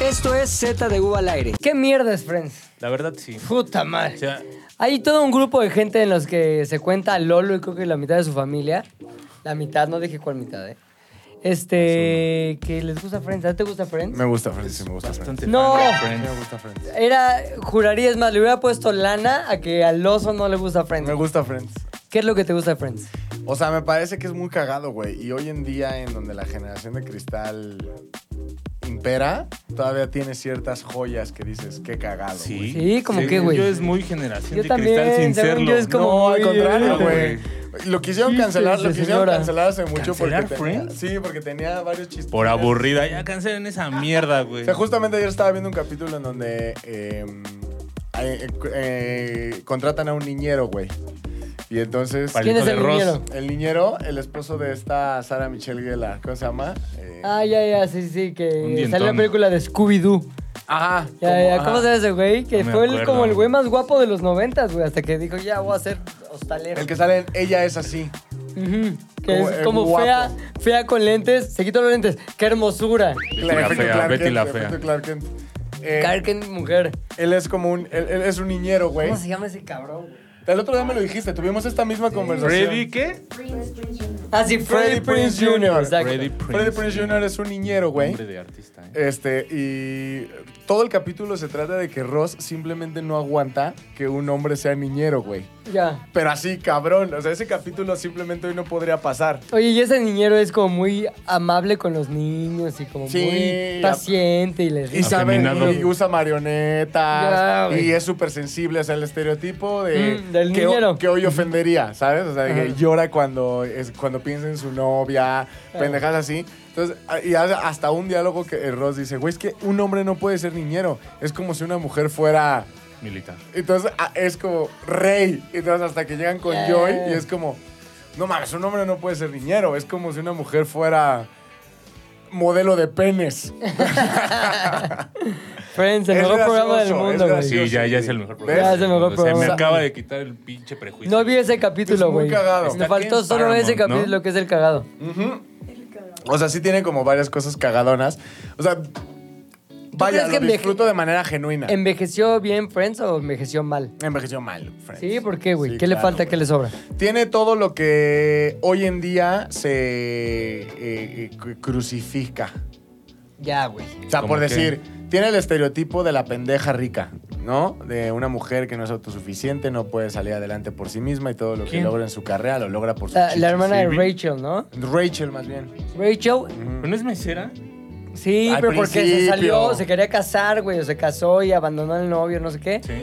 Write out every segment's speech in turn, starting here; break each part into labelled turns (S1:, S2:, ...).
S1: Esto es Z de U al aire.
S2: ¿Qué mierdas, friends?
S3: La verdad, sí.
S2: Puta madre.
S3: O sea,
S2: Hay todo un grupo de gente en los que se cuenta Lolo y creo que la mitad de su familia. La mitad, no dije cuál mitad, ¿eh? Este, que les gusta Friends. ¿A ti te gusta Friends?
S4: Me gusta Friends, sí, me gusta Friends.
S3: bastante
S2: No.
S3: fan de
S4: Me
S3: Friends.
S4: gusta Friends.
S2: Era, juraría, es más, le hubiera puesto lana a que al oso no le gusta Friends.
S4: Me gusta Friends.
S2: ¿Qué es lo que te gusta de Friends?
S4: O sea, me parece que es muy cagado, güey. Y hoy en día, en donde la generación de cristal impera, todavía tiene ciertas joyas que dices, qué cagado,
S3: Sí.
S4: güey.
S2: Sí, ¿cómo qué,
S3: Según
S2: güey?
S3: Yo es muy generación
S2: Yo
S3: de
S2: también,
S3: cristal sin
S2: según
S3: serlo.
S2: yo es como-
S4: no, al
S2: muy
S4: contrario, güey.
S3: evidente,
S4: Lo quisieron
S2: Chistes
S4: cancelar,
S2: de
S4: lo quisieron
S2: señora.
S4: cancelar hace mucho
S3: ¿Cancelar
S4: porque
S3: Friends?
S4: tenía, sí, porque tenía varios chistes.
S3: Por aburrida. Ya cancelen esa mierda, güey.
S4: O sea, justamente ayer estaba viendo un capítulo en donde eh, eh, eh, contratan a un niñero, güey. Y entonces
S3: Palito
S2: ¿Quién es
S3: de
S2: el
S3: Ross.
S2: niñero?
S4: el niñero, el esposo de esta Sara Michelle Gellar, ¿cómo se llama? Eh,
S2: Ah, ya, ya, sí, sí,
S3: Un
S2: que
S3: dientón.
S2: salió la película de Scooby-Doo.
S4: Ajá.
S2: Ya,
S4: como-
S2: ya,
S4: ajá.
S2: ¿cómo se llama ese güey? Que
S3: No me
S2: fue el-
S3: acuerdo.
S2: como el güey más guapo de los noventas, güey, hasta que dijo, ya voy a ser hostalero.
S4: El que sale en Ella es así.
S2: Ujú, Que
S4: Como
S2: es
S4: el
S2: como
S4: guapo.
S2: fea, fea con lentes, se quitó los lentes. ¡Qué hermosura!
S3: Betty
S4: El
S3: la
S4: efecto
S3: fea,
S4: Clark
S3: Betty
S4: Kent,
S3: la
S4: el efecto
S3: fea.
S4: Clark Kent. Eh,
S2: Clark Kent, mujer.
S4: él es como un. Él, él es un niñero, güey.
S2: ¿Cómo se llama ese cabrón? güey?
S4: El otro día me lo dijiste, tuvimos esta misma conversación.
S3: ¿Freddy qué?
S2: Ah, sí, Freddy,
S4: Freddie Prinze
S2: Prince Jr.
S4: Jr.
S2: Exacto.
S3: Freddie Prince.
S4: Freddy Prinze Jr. es un niñero, güey.
S3: Nombre de artista, ¿eh?
S4: Este, y todo el capítulo se trata de que Ross simplemente no aguanta que un hombre sea niñero, güey.
S2: Ya.
S4: Pero así, cabrón. O sea, ese capítulo simplemente hoy no podría pasar.
S2: Oye, y ese niñero es como muy amable con los niños y como
S4: Sí,
S2: muy
S4: la-
S2: paciente y les
S4: Y sabe,
S3: Afeminado.
S4: y usa
S2: Ya,
S4: marionetas.
S2: güey.
S4: y es súper sensible. O sea, el estereotipo de.
S2: Mm, del
S4: que,
S2: niñero.
S4: que hoy ofendería, ¿sabes? O sea, de que
S2: Ajá. Ah.
S4: llora cuando, es, cuando piensa en su novia, pendejas así. Entonces, a- y hace hasta un diálogo que eh, Ross dice: Güey, es que un hombre no puede ser niñero. Es como si una mujer fuera.
S3: Militar.
S4: Entonces a- es como rey. Entonces hasta que llegan con
S2: Yeah.
S4: Joy y es como, no mames, un hombre no puede ser niñero. Es como si una mujer fuera modelo de penes.
S2: Friends, el
S4: Es
S2: mejor programa del
S4: gracioso, es
S2: mundo, güey.
S4: gracioso.
S3: Sí,
S4: sí,
S3: ya, ya
S4: sí.
S3: es el mejor
S4: ¿Ves?
S3: programa.
S2: Ya es el mejor
S3: Se me
S2: programa.
S3: acaba de quitar el pinche prejuicio.
S2: No vi ese
S4: Es
S2: capítulo,
S4: muy
S2: güey.
S4: cagado.
S2: Me
S3: Está aquí
S2: faltó
S3: en
S2: solo ese
S3: Paramount, ¿no?
S2: capítulo que es el cagado.
S4: O sea, sí tiene como varias cosas cagadonas. O sea, vaya,
S2: crees que
S4: lo
S2: enveje-
S4: disfruto de manera genuina.
S2: ¿Envejeció bien Friends o envejeció mal?
S4: Envejeció mal, Friends.
S2: Sí, ¿por qué, güey?
S4: Sí,
S2: ¿Qué le
S4: claro,
S2: falta?
S4: güey.
S2: ¿Qué le sobra?
S4: Tiene todo lo que hoy en día se eh, eh, cru- crucifica.
S2: Ya, güey.
S4: O sea,
S3: ¿Cómo
S4: por
S3: qué?
S4: decir, tiene el estereotipo de la pendeja rica, ¿no? De una mujer que no es autosuficiente, no puede salir adelante por sí misma y todo lo que
S3: ¿Quién?
S4: logra en su carrera lo logra por su
S2: La, la hermana de
S3: sí, vi-
S2: Rachel, ¿no?
S4: Rachel, más bien.
S2: Rachel,
S3: ¿Pero no es mesera?
S2: sí,
S4: Al
S2: pero porque se
S4: principio.
S2: salió, se quería casar, güey, o se casó y abandonó al novio, no sé qué.
S3: Sí.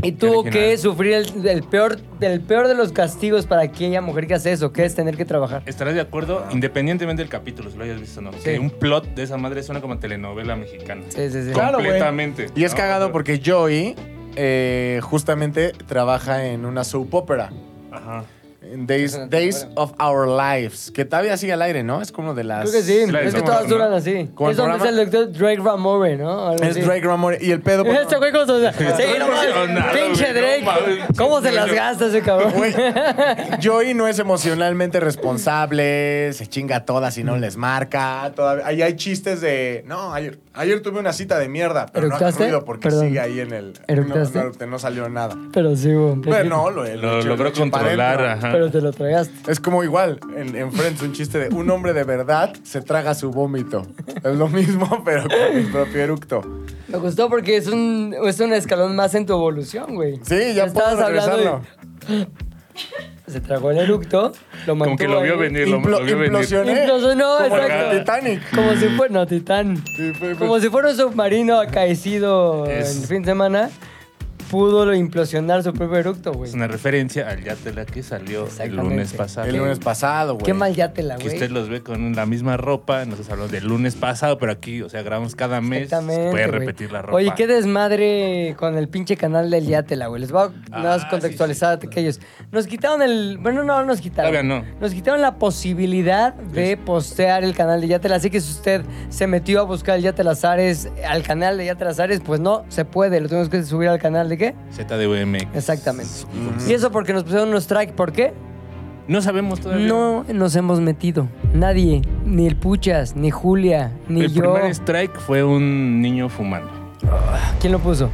S2: Y tuvo
S3: original.
S2: que sufrir el, el peor, el peor de los castigos para aquella mujer que hace eso, que es tener que trabajar.
S3: Estarás de acuerdo, independientemente del capítulo, si lo hayas visto o no. Que un plot de esa madre suena como telenovela mexicana.
S2: Sí, sí, sí.
S4: Claro, güey.
S3: Completamente.
S4: Y es
S3: ¿no?
S4: cagado porque Joey eh, justamente trabaja en una soap opera.
S3: Ajá.
S4: En Days, Days of Our Lives, que todavía sigue al aire, ¿no? Es como de las...
S2: Creo que sí,
S3: la
S2: es que
S3: hizo,
S2: todas
S3: ¿no?
S2: duran así.
S4: Como el
S2: Es donde es el
S4: programa-
S2: doctor Drake Ramore, ¿no? Algo
S4: Es
S2: así.
S4: Drake Ramore y el pedo...
S2: Este güey cómo se... Sí, no mames,
S3: emocionado,
S2: pinche
S3: güey,
S2: Drake.
S3: no mames.
S2: ¿Cómo se las gasta ese cabrón?
S4: Güey, Joey no es emocionalmente responsable, se chinga a todas
S2: Mm.
S4: y no les marca. Todavía, ahí hay chistes de. No, ayer, ayer tuve una cita de mierda, pero no hace
S2: ¿Eructaste?
S4: ruido porque
S2: Perdón.
S4: sigue ahí en el. No,
S2: ¿Eructaste?
S4: no, erupté, no salió nada.
S2: Pero sí, güey.
S4: Pero no, lo,
S3: Lo
S4: lo-
S3: logró
S4: lo eché para
S3: controlar,
S4: adentro.
S3: ajá.
S2: Pero te lo tragaste.
S4: Es como igual, en, en Friends, un chiste de un hombre de verdad se traga su vómito. Es lo mismo, pero con el propio eructo.
S2: Me gustó porque es un, es un escalón más en tu evolución, güey.
S4: Sí, ya puedo
S2: estabas
S4: regresarlo.
S2: hablando y Se tragó el eructo, lo mantuvo
S3: Como que lo vio
S2: ahí.
S3: venir, lo,
S4: Implo-
S3: lo vio venir.
S4: implosioné.
S2: Implosionó,
S4: como
S2: exacto.
S4: el Titanic.
S2: Como si fuera, no, titán.
S4: Sí, fue- fue-
S2: Como si fuera un submarino acaecido
S3: Es-
S2: en el fin de semana, pudo lo implosionar su propio eructo, güey.
S3: Es una referencia al Yatela que salió el
S2: Exactamente.
S3: lunes pasado.
S4: El lunes pasado, güey.
S2: Qué mal yátela,
S3: Que
S2: güey.
S3: usted los ve con la misma ropa. Nosotros hablamos del lunes pasado, pero aquí, o sea, grabamos cada mes. Se
S2: Exactamente.
S3: puede
S2: güey.
S3: repetir la ropa.
S2: Oye, qué desmadre con el pinche canal del Yatela, güey. Les voy a nada más
S3: Ah,
S2: contextualizar a aquellos. Nos quitaron el. Bueno, no, nos quitaron.
S3: Todavía no.
S2: Nos quitaron la posibilidad de postear el canal de Yatela. Así que si usted se metió a buscar el Yatela Ares, al canal de Yatela Ares, pues no se puede. Lo tenemos que subir al canal de qué?
S3: ZDVM.
S2: Exactamente. Y eso porque nos pusieron unos strike. ¿Por qué?
S3: No sabemos todavía.
S2: No nos hemos metido. Nadie. Ni el Puchas, ni Julia, ni
S3: el
S2: yo.
S3: primer strike fue un niño fumando.
S2: ¿Quién lo puso?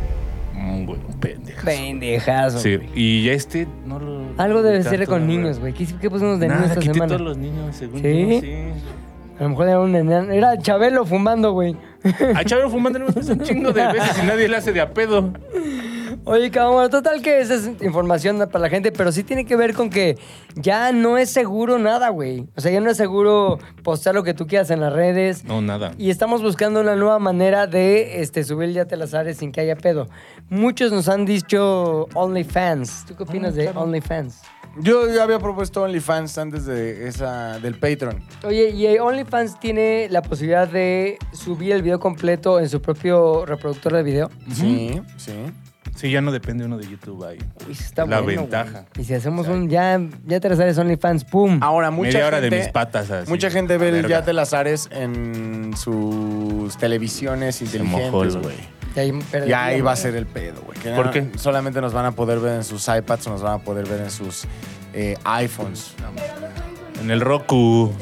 S3: Un güey, un pendejo.
S2: Pendejazo.
S3: Sí,
S2: güey.
S3: y este no lo.
S2: Algo debe
S3: tanto,
S2: ser con
S3: la
S2: niños,
S3: verdad.
S2: güey. ¿Qué, qué pusimos de
S3: Nada,
S2: niños esta
S3: quité
S2: semana?
S3: todos los niños, según
S2: ¿Sí?
S3: yo, sí.
S2: A lo mejor era un enano. Era Chabelo fumando, güey.
S3: A Chabelo fumando le hemos puesto un chingo de veces y nadie le hace de a pedo.
S2: Oye, cabrón, bueno, total que esa es información para la gente, pero sí tiene que ver con que ya no es seguro nada, güey. O sea, ya no es seguro postear lo que tú quieras en las redes.
S3: No, nada.
S2: Y estamos buscando una nueva manera de este, subir el yate al azar sin que haya pedo. Muchos nos han dicho OnlyFans. ¿Tú qué
S3: Ah,
S2: opinas de OnlyFans?
S4: Yo ya había propuesto OnlyFans antes de esa, del Patreon.
S2: Oye, y eh, OnlyFans tiene la posibilidad de subir el video completo en su propio reproductor de video.
S4: Sí, sí.
S3: Sí, ya no depende uno de YouTube ahí.
S2: Uy, sí está
S3: La
S2: bueno,
S3: ventaja.
S2: güey. Y si hacemos un ya, ya te las sabes OnlyFans, ¡pum!
S4: Ahora, mucha
S3: Media hora de
S4: gente,
S3: mis patas así.
S4: Mucha gente ve
S3: A
S4: el
S3: verga.
S4: Yate Lazares en sus televisiones
S3: mojó el
S4: inteligentes, güey.
S3: güey.
S2: Y ahí,
S4: Y
S2: perdería,
S4: ahí va a
S2: güey.
S4: ser el pedo, güey. Que
S3: ¿Por
S4: no-
S3: qué?
S4: Solamente nos van a poder ver en sus iPads, nos van a poder ver en sus eh, iPhones.
S3: En el Roku.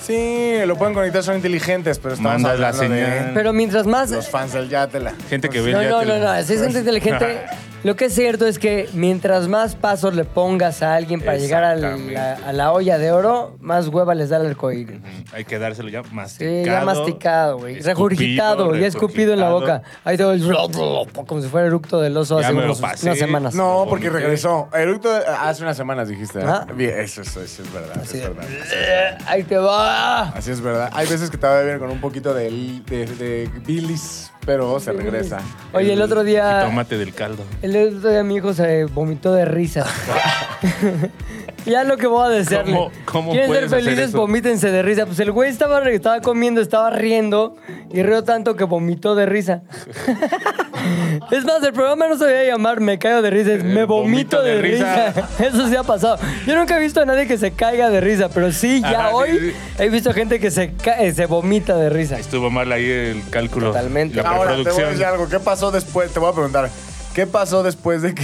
S4: Sí, lo pueden conectar, son inteligentes, pero estamos
S3: Mandas la
S4: hablando de
S3: señal.
S2: Pero mientras más...
S4: los fans del Yatela.
S3: Gente que ve
S2: No,
S3: el
S2: no,
S3: yate.
S2: no, no, así es gente inteligente. Lo que es cierto es que mientras más pasos le pongas a alguien para llegar a la,
S3: Exactamente.
S2: a la olla de oro, más hueva les da el arcoíris.
S3: Hay que dárselo ya
S2: Sí,
S3: masticado.
S2: ya masticado, güey. Regurgitado, ya escupido en la boca. Ahí todo el... Como si fuera eructo del oso
S3: Ya
S2: hace
S3: me lo
S2: unos-
S3: pasé.
S2: unas semanas.
S4: No, porque
S3: Vomité.
S4: regresó. Eructo de- hace unas semanas dijiste. ¿verdad?
S2: Ajá.
S4: Bien, eso, eso, eso es verdad.
S2: Sí.
S4: Así es verdad.
S2: Ahí te va.
S4: Así es verdad. Hay veces que te va a beber con un poquito de, de, de bilis, pero se regresa.
S2: Oye, el otro día...
S3: Tómate del caldo.
S2: El otro día mi hijo se vomitó de risa. ya lo que voy a desearle.
S3: ¿Cómo- cómo
S2: ¿Quieren ser
S3: puedes hacer
S2: felices?
S3: eso?
S2: Vomítense de risa. Pues el güey estaba, re- estaba comiendo, estaba riendo y rió tanto que vomitó de risa. es más, el programa no se voy a llamar Me caigo de risa, es Me vomito, de, risa. Eso sí ha pasado. Yo nunca he visto a nadie que se caiga de risa, pero sí, ya
S3: Ajá, sí,
S2: hoy
S3: sí.
S2: he visto gente que se, ca- eh, se vomita de risa.
S3: Estuvo mal ahí el cálculo.
S2: Totalmente.
S3: La
S4: Ahora, te voy a
S3: preproducción.
S4: decir algo. ¿Qué pasó después? Te voy a preguntar. ¿Qué pasó después de que,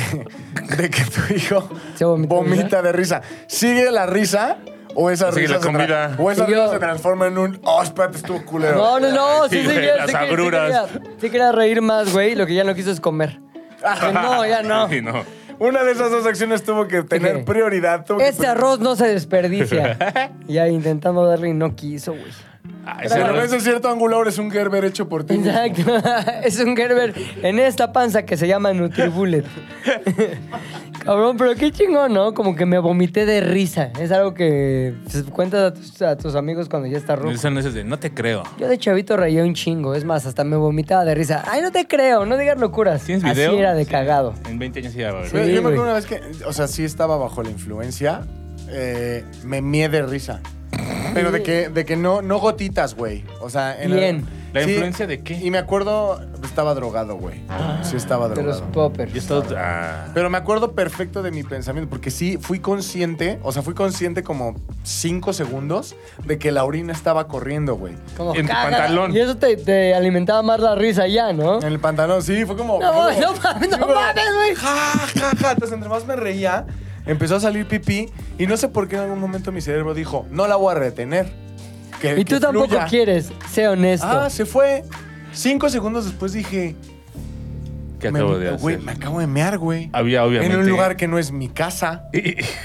S4: de que tu hijo
S2: ¿Se vomitó de
S4: vomita
S2: risa?
S4: de risa? ¿Sigue la risa o esa
S3: Sigue
S4: risa,
S3: la
S4: se tra-
S3: comida.
S4: o esa
S2: Siguió.
S4: risa se transforma en un... Oh, espérate, estuvo culero.
S2: No, no, no, sí,
S3: Sí,
S2: sí,
S3: güey,
S2: quería-
S3: las
S2: sí, quería- sí
S3: agruras.
S2: quería- sí quería reír más, güey, lo que ya no quiso es comer. Dije, No, ya no.
S3: Sí, no.
S4: Una de esas dos acciones tuvo que tener
S2: Ok.
S4: prioridad. tuvo que-
S2: Este arroz no se desperdicia. Y ahí intentando darle y no quiso, güey.
S3: Ah,
S4: Pero
S3: ese
S4: bueno,
S3: no-
S4: ese cierto angular es un Gerber hecho por ti.
S2: Exacto. Es un Gerber en esta panza que se llama Nutribullet. Cabrón, pero qué chingón, ¿no? Como que me vomité de risa. Es algo que se cuentas a tus, a tus amigos cuando ya está rojo.
S3: Ese no es de, no te creo.
S2: Yo de chavito reía un chingo. Es más, hasta me vomitaba de risa. Ay, no te creo, no digas locuras.
S3: ¿Tienes video?
S2: Así era de
S3: Sí.
S2: cagado.
S3: En 20 años ya va a haber.
S2: Sí,
S4: Yo- yo me
S2: güey.
S4: acuerdo una vez que, o sea, sí estaba bajo la influencia, eh, me mié de risa. Pero de que, de que no, no gotitas, güey. O sea,
S2: Bien.
S3: ¿La influencia de qué?
S4: Y me acuerdo, estaba drogado, güey. Sí, estaba
S2: De los
S4: drogado.
S2: poppers.
S3: Yo he estado- ah.
S4: Pero me acuerdo perfecto de mi pensamiento, porque sí fui consciente, o sea, fui consciente como cinco segundos de que la orina estaba corriendo, güey.
S2: Como,
S3: En tu
S2: "Cágala".
S3: pantalón.
S2: Y eso te, te alimentaba más la risa ya, ¿no?
S4: En el pantalón, sí, fue como.
S2: No,
S4: como-
S2: no mames, no
S4: Sí, como,
S2: mames, güey.
S4: Ja, ja, ja. Entonces, entre más me reía, empezó a salir pipí. Y no sé por qué en algún momento mi cerebro dijo, no la voy a retener. que-
S2: Y tú
S4: que
S2: tampoco
S4: fluya".
S2: quieres, sé honesto.
S4: Ah, se fue. Cinco segundos después dije,
S3: ¿Qué acabo
S4: me,
S3: de
S4: güey,
S3: hacer?
S4: me acabo de mear, güey.
S3: Había obviamente.
S4: En un lugar que no es mi casa.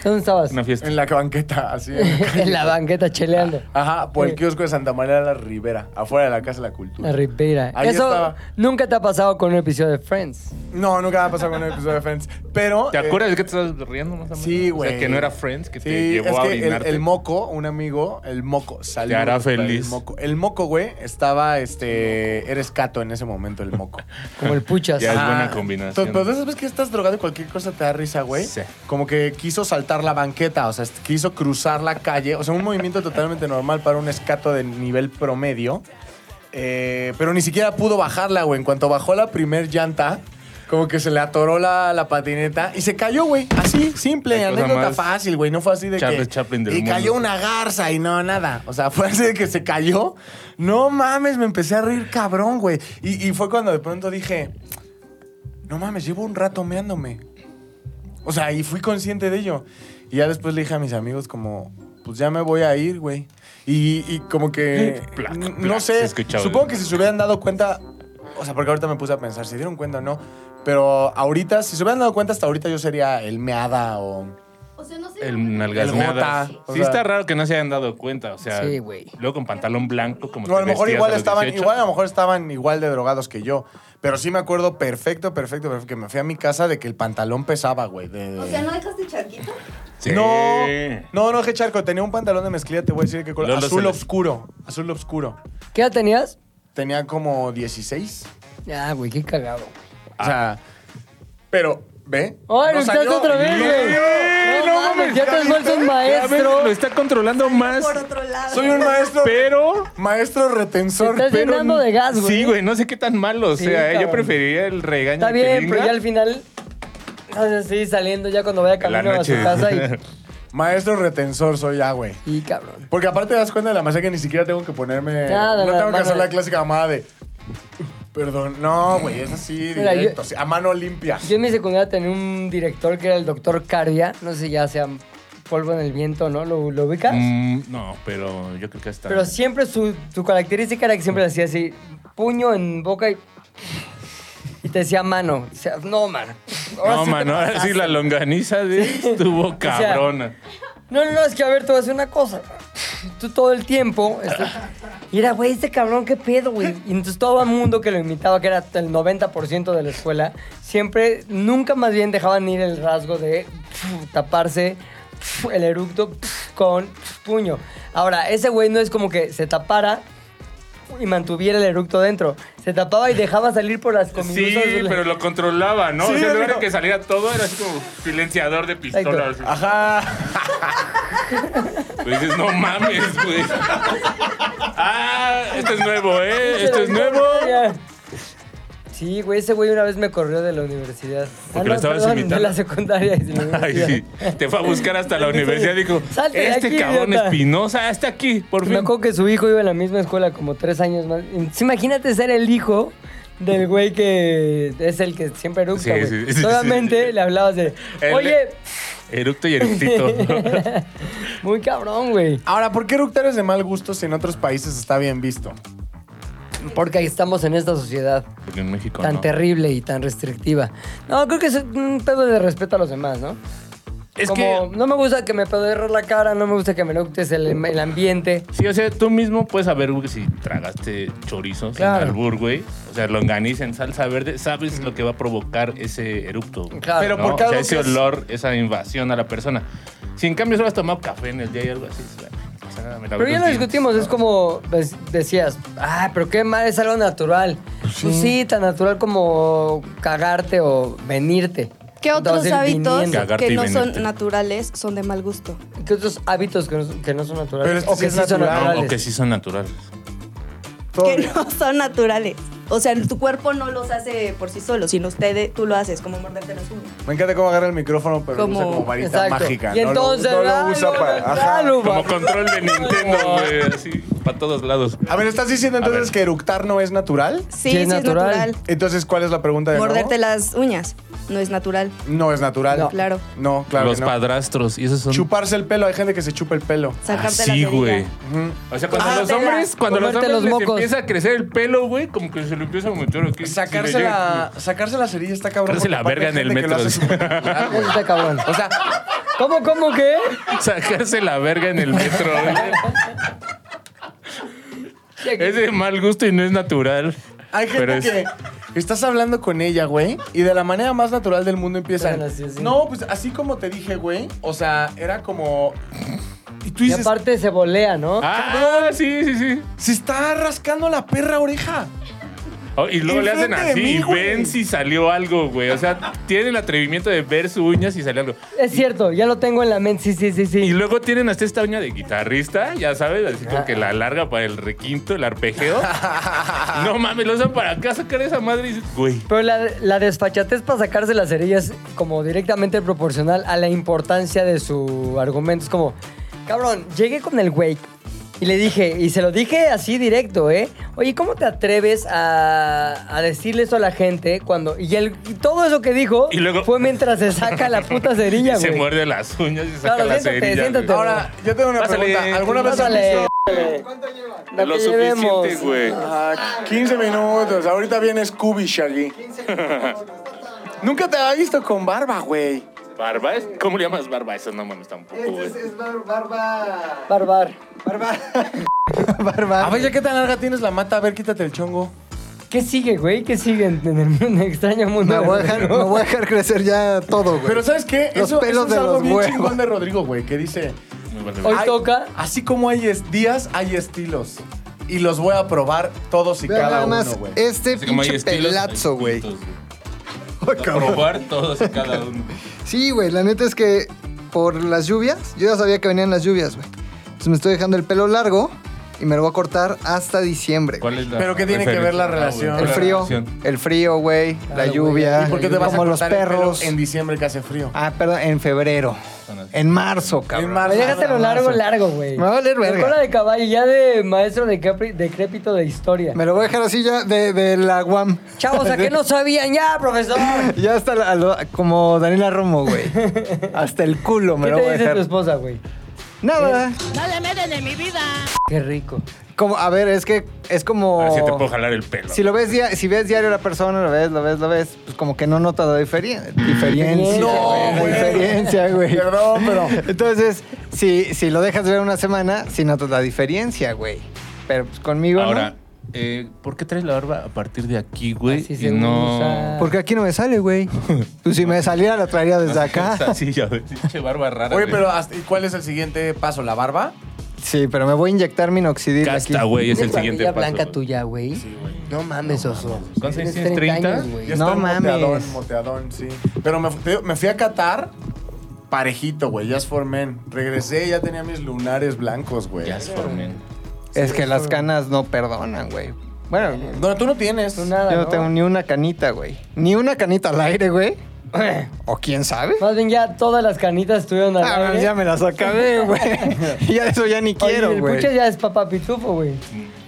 S2: ¿Dónde estabas?
S3: Una fiesta.
S4: En la banqueta, así. en la calle.
S2: en la banqueta cheleando.
S4: Ajá, por el kiosco de Santa María de la Ribera, afuera de la Casa de la Cultura.
S2: La ripera.
S4: Ahí
S2: Eso
S4: estaba.
S2: nunca te ha pasado con un episodio de Friends.
S4: No, nunca me ha pasado con un episodio de Friends. Pero.
S3: ¿Te
S4: eh,
S3: acuerdas de que te estabas riendo más o menos?
S4: Sí,
S3: O
S4: güey.
S3: sea, que no era Friends, que
S4: Sí,
S3: te llevó
S4: es
S3: a
S4: que el-
S3: orinarte.
S4: El, moco, un amigo, el moco salió.
S3: Te hará
S4: del hospital,
S3: feliz.
S4: El moco, El moco, güey, estaba, este, eres cato en ese momento, el moco.
S2: Como el puchas.
S3: Ya es
S4: Ajá.
S3: buena combinación.
S4: Entonces, pero de esas veces que estás drogado y cualquier cosa te da risa, güey.
S3: Sí.
S4: Como que quiso saltar la banqueta, o sea, quiso cruzar la calle. O sea, un movimiento totalmente normal para un escato de nivel promedio. Eh, pero ni siquiera pudo bajarla, güey. En cuanto bajó la primer llanta, como que se le atoró la, la patineta y se cayó, güey. Así, simple,
S3: La cosa
S4: anécdota
S3: más
S4: fácil, güey. No fue así de
S3: Charles
S4: que.
S3: Chaplin del
S4: y
S3: mundo.
S4: cayó una garza y no, nada. O sea, fue así de que se cayó. No mames, me empecé a reír cabrón, güey. Y, y fue cuando de pronto dije, no mames, llevo un rato meándome. O sea, y fui consciente de ello. Y ya después le dije a mis amigos como, pues ya me voy a ir, güey. Y, y como que...
S3: Plac,
S4: n-
S3: plac,
S4: no
S3: se
S4: sé,
S3: escuchaba.
S4: supongo que si se hubieran dado cuenta, o sea, porque ahorita me puse a pensar, si dieron cuenta o no, pero ahorita, si se hubieran dado cuenta hasta ahorita yo sería el meada o...
S5: O sea, no sé.
S3: El nalgasmeadas. Sí,
S4: El gota, o sea.
S3: está raro que no se hayan dado cuenta. O sea,
S2: Sí, güey.
S3: luego con pantalón blanco, como
S4: No, a lo
S3: te
S4: mejor
S3: vestías
S4: igual
S3: los
S4: estaban,
S3: 18.
S4: igual a lo mejor estaban igual de drogados que yo. Pero sí me acuerdo perfecto, perfecto, perfecto, que me fui a mi casa de que el pantalón pesaba, güey. de-
S5: O sea, ¿no dejaste charquito?
S3: Sí.
S4: No, no, no, que charco, tenía un pantalón de mezclilla, te voy a decir que color.
S3: Lolo se
S4: Azul
S3: le-
S4: oscuro, azul oscuro.
S2: ¿Qué edad tenías?
S4: Tenía como 16.
S2: Ah, güey, qué cagado. güey.
S4: O
S3: Ah.
S4: sea, pero,
S2: ¡Ay,
S4: ¿ve?
S2: lo
S4: No
S2: estás
S4: salió.
S2: otra vez,
S4: No,
S2: güey!
S3: güey,
S2: No,
S3: no
S2: mames,
S3: mames,
S2: ya te
S3: ya
S2: esfuerzas un
S3: Cada vez
S2: maestro.
S3: Lo está controlando más.
S5: Por otro lado.
S4: Soy un maestro,
S3: Pero.
S4: maestro retensor.
S2: Estás
S4: pero-
S2: llenando de gas, güey.
S3: Sí, güey, no sé qué tan malo. O
S2: Sí,
S3: sea, ¿eh?
S2: cabrón.
S3: yo preferiría el regaño.
S2: Está
S3: de
S2: bien,
S3: Pilinga.
S2: pero ya al final... ¿sabes? Sí, saliendo ya cuando vaya
S3: En la
S2: camino a su
S3: noche.
S2: casa y...
S4: Maestro retensor soy ya, güey.
S2: Y cabrón.
S4: Porque aparte te das cuenta de la masa que ni siquiera tengo que ponerme.
S2: Nada, nada,
S4: no tengo que
S2: mano
S4: hacer la
S2: de-
S4: clásica mamada de. Perdón, no, güey, es así,
S2: Mira, yo-
S4: directo, así, a mano limpia.
S2: Yo en mi secundaria tenía un director que era el doctor Caria. No sé si ya sea polvo en el viento, ¿no? ¿Lo, lo ubicas?
S3: Mm, no, pero yo creo que está.
S2: Pero siempre su, su característica era que siempre le hacía así, puño en boca y... Y te decía mano. O sea, no, mano. Ahora
S3: No,
S2: sí te
S3: mano, ahora sí
S2: pasaste.
S3: la longaniza de estuvo cabrona.
S2: No, no, no, es que a ver, te voy a decir una cosa. Tú todo el tiempo. este, y era, güey, este cabrón, qué pedo, güey. Y entonces todo el mundo que lo imitaba, que era el 90% de la escuela, siempre, nunca más bien dejaban ir el rasgo de pf, taparse pf, el eructo pf, con pf, puño. Ahora, ese güey no es como que se tapara y mantuviera el eructo dentro. Se tapaba y dejaba salir por las
S3: Sí,
S2: comiduzas. de la-
S3: pero lo controlaba, ¿no?
S4: Sí,
S3: o sea, en lugar
S4: no.
S3: de que saliera todo, era así como silenciador de pistola. así.
S4: Ajá.
S3: Pues dices, no mames, güey. Ah, esto es nuevo, ¿eh? Esto es nuevo.
S2: Sí, güey, ese güey una vez me corrió de la universidad. Ah,
S3: Porque lo estabas imitando.
S2: De la secundaria. y de la
S3: Ay, sí.
S2: universidad.
S3: Te fue a buscar hasta la universidad. Dijo,
S2: Salte de
S3: este
S2: aquí,
S3: cabrón
S2: idiota".
S3: espinosa está aquí, por
S2: Me
S3: fin.
S2: acuerdo que su hijo iba a la misma escuela como tres años más. Entonces, imagínate ser el hijo del güey que es el que siempre
S3: Sí,
S2: eructa, güey.
S3: sí, sí,
S2: Solamente
S3: sí.
S2: le hablabas de,
S3: El-
S2: oye,
S3: Eructo y eructito.
S2: muy cabrón, güey.
S4: Ahora, ¿por qué eructar es de mal gusto si en otros países está bien visto?
S2: Porque ahí estamos en esta sociedad
S3: Porque en México
S2: tan
S3: no.
S2: terrible y tan restrictiva. No, creo que es un pedo de respeto a los demás, ¿no?
S3: Es
S2: como,
S3: que...
S2: no me gusta que me pedorre la cara, no me gusta que me eructes el, el ambiente.
S3: Sí, o sea, tú mismo puedes saber güey, si tragaste chorizos
S2: Claro.
S3: en albur, güey. O sea, longaniza en salsa verde. Sabes lo que va a provocar ese eructo. güey,
S2: Claro. Pero
S3: ¿no?
S4: porque
S3: O sea,
S4: algo
S3: ese
S4: que es-
S3: olor, esa invasión a la persona. Si en cambio solo has tomado café en el día y algo así, o sea, no pasa nada, me lavé
S2: Pero ya
S3: los
S2: lo
S3: dientes.
S2: discutimos, es como pues, decías, ah, pero qué mal, es algo natural. Pues sí, tan natural como cagarte o venirte.
S6: ¿Qué otros
S2: Entonces,
S6: hábitos
S2: viniendo.
S3: Cagarte
S6: que
S3: y
S6: no son
S3: venirte.
S6: naturales son de mal gusto?
S2: ¿Qué otros hábitos que no, son- que no son naturales?
S4: Pero este
S2: o
S4: sí
S2: que
S4: es
S2: sí son
S4: natural.
S3: No,
S2: naturales.
S3: o que sí son naturales.
S4: Todo
S6: Que no son naturales. O sea, tu cuerpo no los hace por sí solo, sino usted, tú lo haces, como morderte los uños.
S4: Me encanta cómo agarra el micrófono, pero lo usa
S6: Como-
S4: como varita
S2: Exacto.
S4: mágica.
S2: Y
S4: no lo-
S2: entonces,
S4: no lo,
S2: ah,
S4: usa
S2: lo
S4: para. Ajá.
S2: natural,
S3: Como
S2: uva.
S3: control de Nintendo, güey. Así, para todos lados.
S4: A ver, ¿estás diciendo
S3: A
S4: entonces
S3: ver.
S4: que eructar no es natural?
S6: Sí,
S2: Sí,
S6: sí
S2: es
S6: es
S2: natural.
S6: natural.
S4: Entonces, ¿cuál es la pregunta de nuevo?
S6: Morderte las uñas no es natural.
S4: No es natural.
S2: No.
S6: Claro.
S4: No, claro.
S3: los
S4: que no.
S3: padrastros. Y esos son...
S4: Chuparse el pelo, hay gente que se chupa el pelo.
S6: Sacarte la
S3: Ah, sí,
S6: cerilla.
S3: güey. O sea, cuando
S6: Ah,
S3: los
S6: tela.
S3: hombres, cuando los
S2: Comerte
S3: hombres
S2: los
S3: les
S2: mocos.
S3: empieza a crecer el pelo, güey, como que se lo empieza a meter aquí.
S4: Sacarse
S3: Sí,
S4: la, sacarse la cerilla está cabrón.
S3: Sacarse la
S4: porque
S3: verga
S4: aparte
S3: en el
S4: hay gente que lo
S3: metro.
S4: hace súper natural,
S2: Eso
S4: güey.
S2: Ah, pues, está cabrón.
S4: O sea,
S2: ¿Cómo, cómo qué?
S3: le- Sacarse la verga en el metro, güey. Es de mal gusto y no es natural.
S4: hay
S3: Pero
S4: gente
S3: es-
S4: que estás hablando con ella, güey, y de la manera más natural del mundo empiezan.
S2: Bueno, sí, sí.
S4: No, pues así como te dije, güey, o sea, era como. Y tú
S2: Y
S4: dices,
S2: aparte se volea, ¿no?
S3: Ah, sí, sí, sí.
S4: se está rascando la perra oreja.
S3: Oh, y luego le hacen
S4: Enfrente de
S3: así
S4: mí,
S3: y
S4: güey.
S3: ven si salió algo, güey. O sea, tienen el atrevimiento de ver su uña si salió algo.
S2: Es cierto, ya lo tengo en la mente, sí, sí, sí, sí.
S3: Y luego tienen hasta esta uña de guitarrista, ya sabes, así como que la larga para el requinto, el arpejeo. no mames, lo usan para acá sacar esa madre y dices, güey.
S2: Pero la, la desfachatez para sacarse las cerillas como directamente proporcional a la importancia de su argumento. Es como, cabrón, llegué con el güey Y le dije, y se lo dije así directo, ¿eh? Oye, ¿cómo te atreves a, a decirle eso a la gente cuando... Y el, y todo eso que dijo
S3: Y luego-
S2: fue mientras se saca la puta cerilla,
S3: Y
S2: güey.
S3: se muerde las uñas y saca
S2: Claro,
S3: las
S2: siéntate,
S3: cerillas. güey.
S2: siéntate.
S4: Ahora, yo tengo una
S3: Pásale.
S4: pregunta. ¿Alguna vez has
S2: Pásale.
S4: visto
S2: La
S3: Lo
S2: que llevemos.
S3: suficiente, güey.
S4: Ah, 15 minutos? Ahorita viene Scooby Shaggy. Nunca te había visto con barba, güey.
S3: ¿Barba? es- ¿Cómo le llamas barba? Eso no mames tampoco, güey.
S7: barba.
S2: Barbar.
S7: Barba.
S4: A
S7: Barba.
S4: ver, ya qué tan larga tienes la mata. A ver, quítate el chongo.
S2: ¿Qué sigue, güey? ¿Qué sigue en, en el, en el extraño mundo?
S7: Me
S2: del
S7: voy, a dejar,
S2: rock?
S7: me voy a dejar crecer ya todo, güey.
S4: Pero ¿sabes qué?
S7: Los
S4: Eso, eso
S7: pelos
S4: es
S7: de
S4: algo
S7: los
S4: bien
S7: huevos.
S4: chingón de Rodrigo, güey, que dice...
S3: Me vale
S2: Hoy
S3: verga.
S4: "Ay,
S2: toca.
S4: Así como hay es- días, hay estilos. Y los voy a probar todos y
S7: Vean
S4: cada
S7: nada más
S4: uno, güey.
S7: este
S3: Así como hay
S7: pinche
S3: estilos, hay
S7: pelazo, güey.
S3: puntos,
S7: Ay, cabrón.
S3: Probar todos y cada uno.
S7: Sí, güey, la neta es que por las lluvias, yo ya sabía que venían las lluvias, güey. Entonces me estoy dejando el pelo largo y me lo voy a cortar hasta diciembre. güey.
S3: ¿Cuál es la
S4: Pero ¿qué tiene que
S3: referencia?
S4: ver la
S3: Ah, güey,
S4: relación?
S3: ¿cuál es
S7: El
S3: la
S7: frío,
S3: relación?
S7: el frío, güey, la
S2: güey,
S7: lluvia,
S4: ¿Y por qué te vas a
S7: como los
S4: cortar el pelo
S7: perros.
S4: en diciembre que hace frío?
S7: Ah, perdón, en febrero. En marzo, cabrón.
S4: En
S2: Me
S4: marzo.
S2: dejaste lo largo, largo, güey.
S7: Ah, Me va a valer verga.
S2: De cola de caballo, ya de maestro de capri- decrépito de historia.
S7: Me lo voy a dejar así ya de, de la guam.
S2: Chavos, ¿a qué no sabían ya, profesor?
S7: Ya hasta la- lo- como Daniela Romo, güey. Hasta el culo me
S2: ¿Qué
S7: lo voy
S2: te
S7: a
S2: dice tu
S7: dejar.
S2: esposa, ¿Eh? güey?
S7: Nada.
S2: Qué rico.
S7: Como, a ver, es que es como.
S3: Así te puedo jalar el pelo.
S7: Si lo ves dia- si ves diario a la persona, lo ves, lo ves, lo ves, pues como que no nota la diferen- diferencia.
S2: No,
S7: la
S4: güey.
S7: diferencia, güey.
S4: Perdón, pero...
S7: Entonces, si, si lo dejas ver una semana, sí notas la diferencia, güey. Pero pues conmigo
S3: Ahora, eh, ¿por qué traes la barba a partir de aquí, güey?
S2: Así
S3: y
S2: se
S3: no...
S2: usa.
S7: no. Porque aquí no me sale, güey. Pues si me saliera la traería desde acá.
S3: Sí, ya ves. Pinche barba rara.
S4: Oye,
S3: güey.
S4: pero hasta- ¿y ¿cuál es el siguiente paso? ¿La barba?
S7: Sí, pero me voy a inyectar minoxidil
S3: Casta,
S7: aquí.
S3: güey, es el
S2: ¿Tienes
S3: siguiente
S2: barbilla
S3: paso.
S2: blanca
S3: güey.
S2: tuya, güey? No mames, oso.
S3: ¿Cuántos años tienes? 30?
S2: años, güey.
S4: Ya
S7: No
S4: estoy
S7: mames.
S4: Moteadón, moteadón, sí. Pero me, fu- te digo, me fui a Qatar parejito, güey. Ya es for men. Regresé ya tenía mis lunares blancos, güey.
S3: Ya se formé.
S7: Es que las canas no perdonan, güey. Bueno,
S4: No, tú no tienes.
S2: No, nada,
S7: yo no
S2: ¿no?
S7: tengo ni una canita, güey. Ni una canita al aire, güey. O quién sabe.
S2: Más bien ya todas las canitas estuvieron al
S7: Ah,
S2: aire.
S7: ya me las acabé, güey. ya de eso ya ni
S2: ¿eh? Oye,
S7: quiero,
S2: el
S7: güey.
S2: pucha ya es papá pitufo, güey.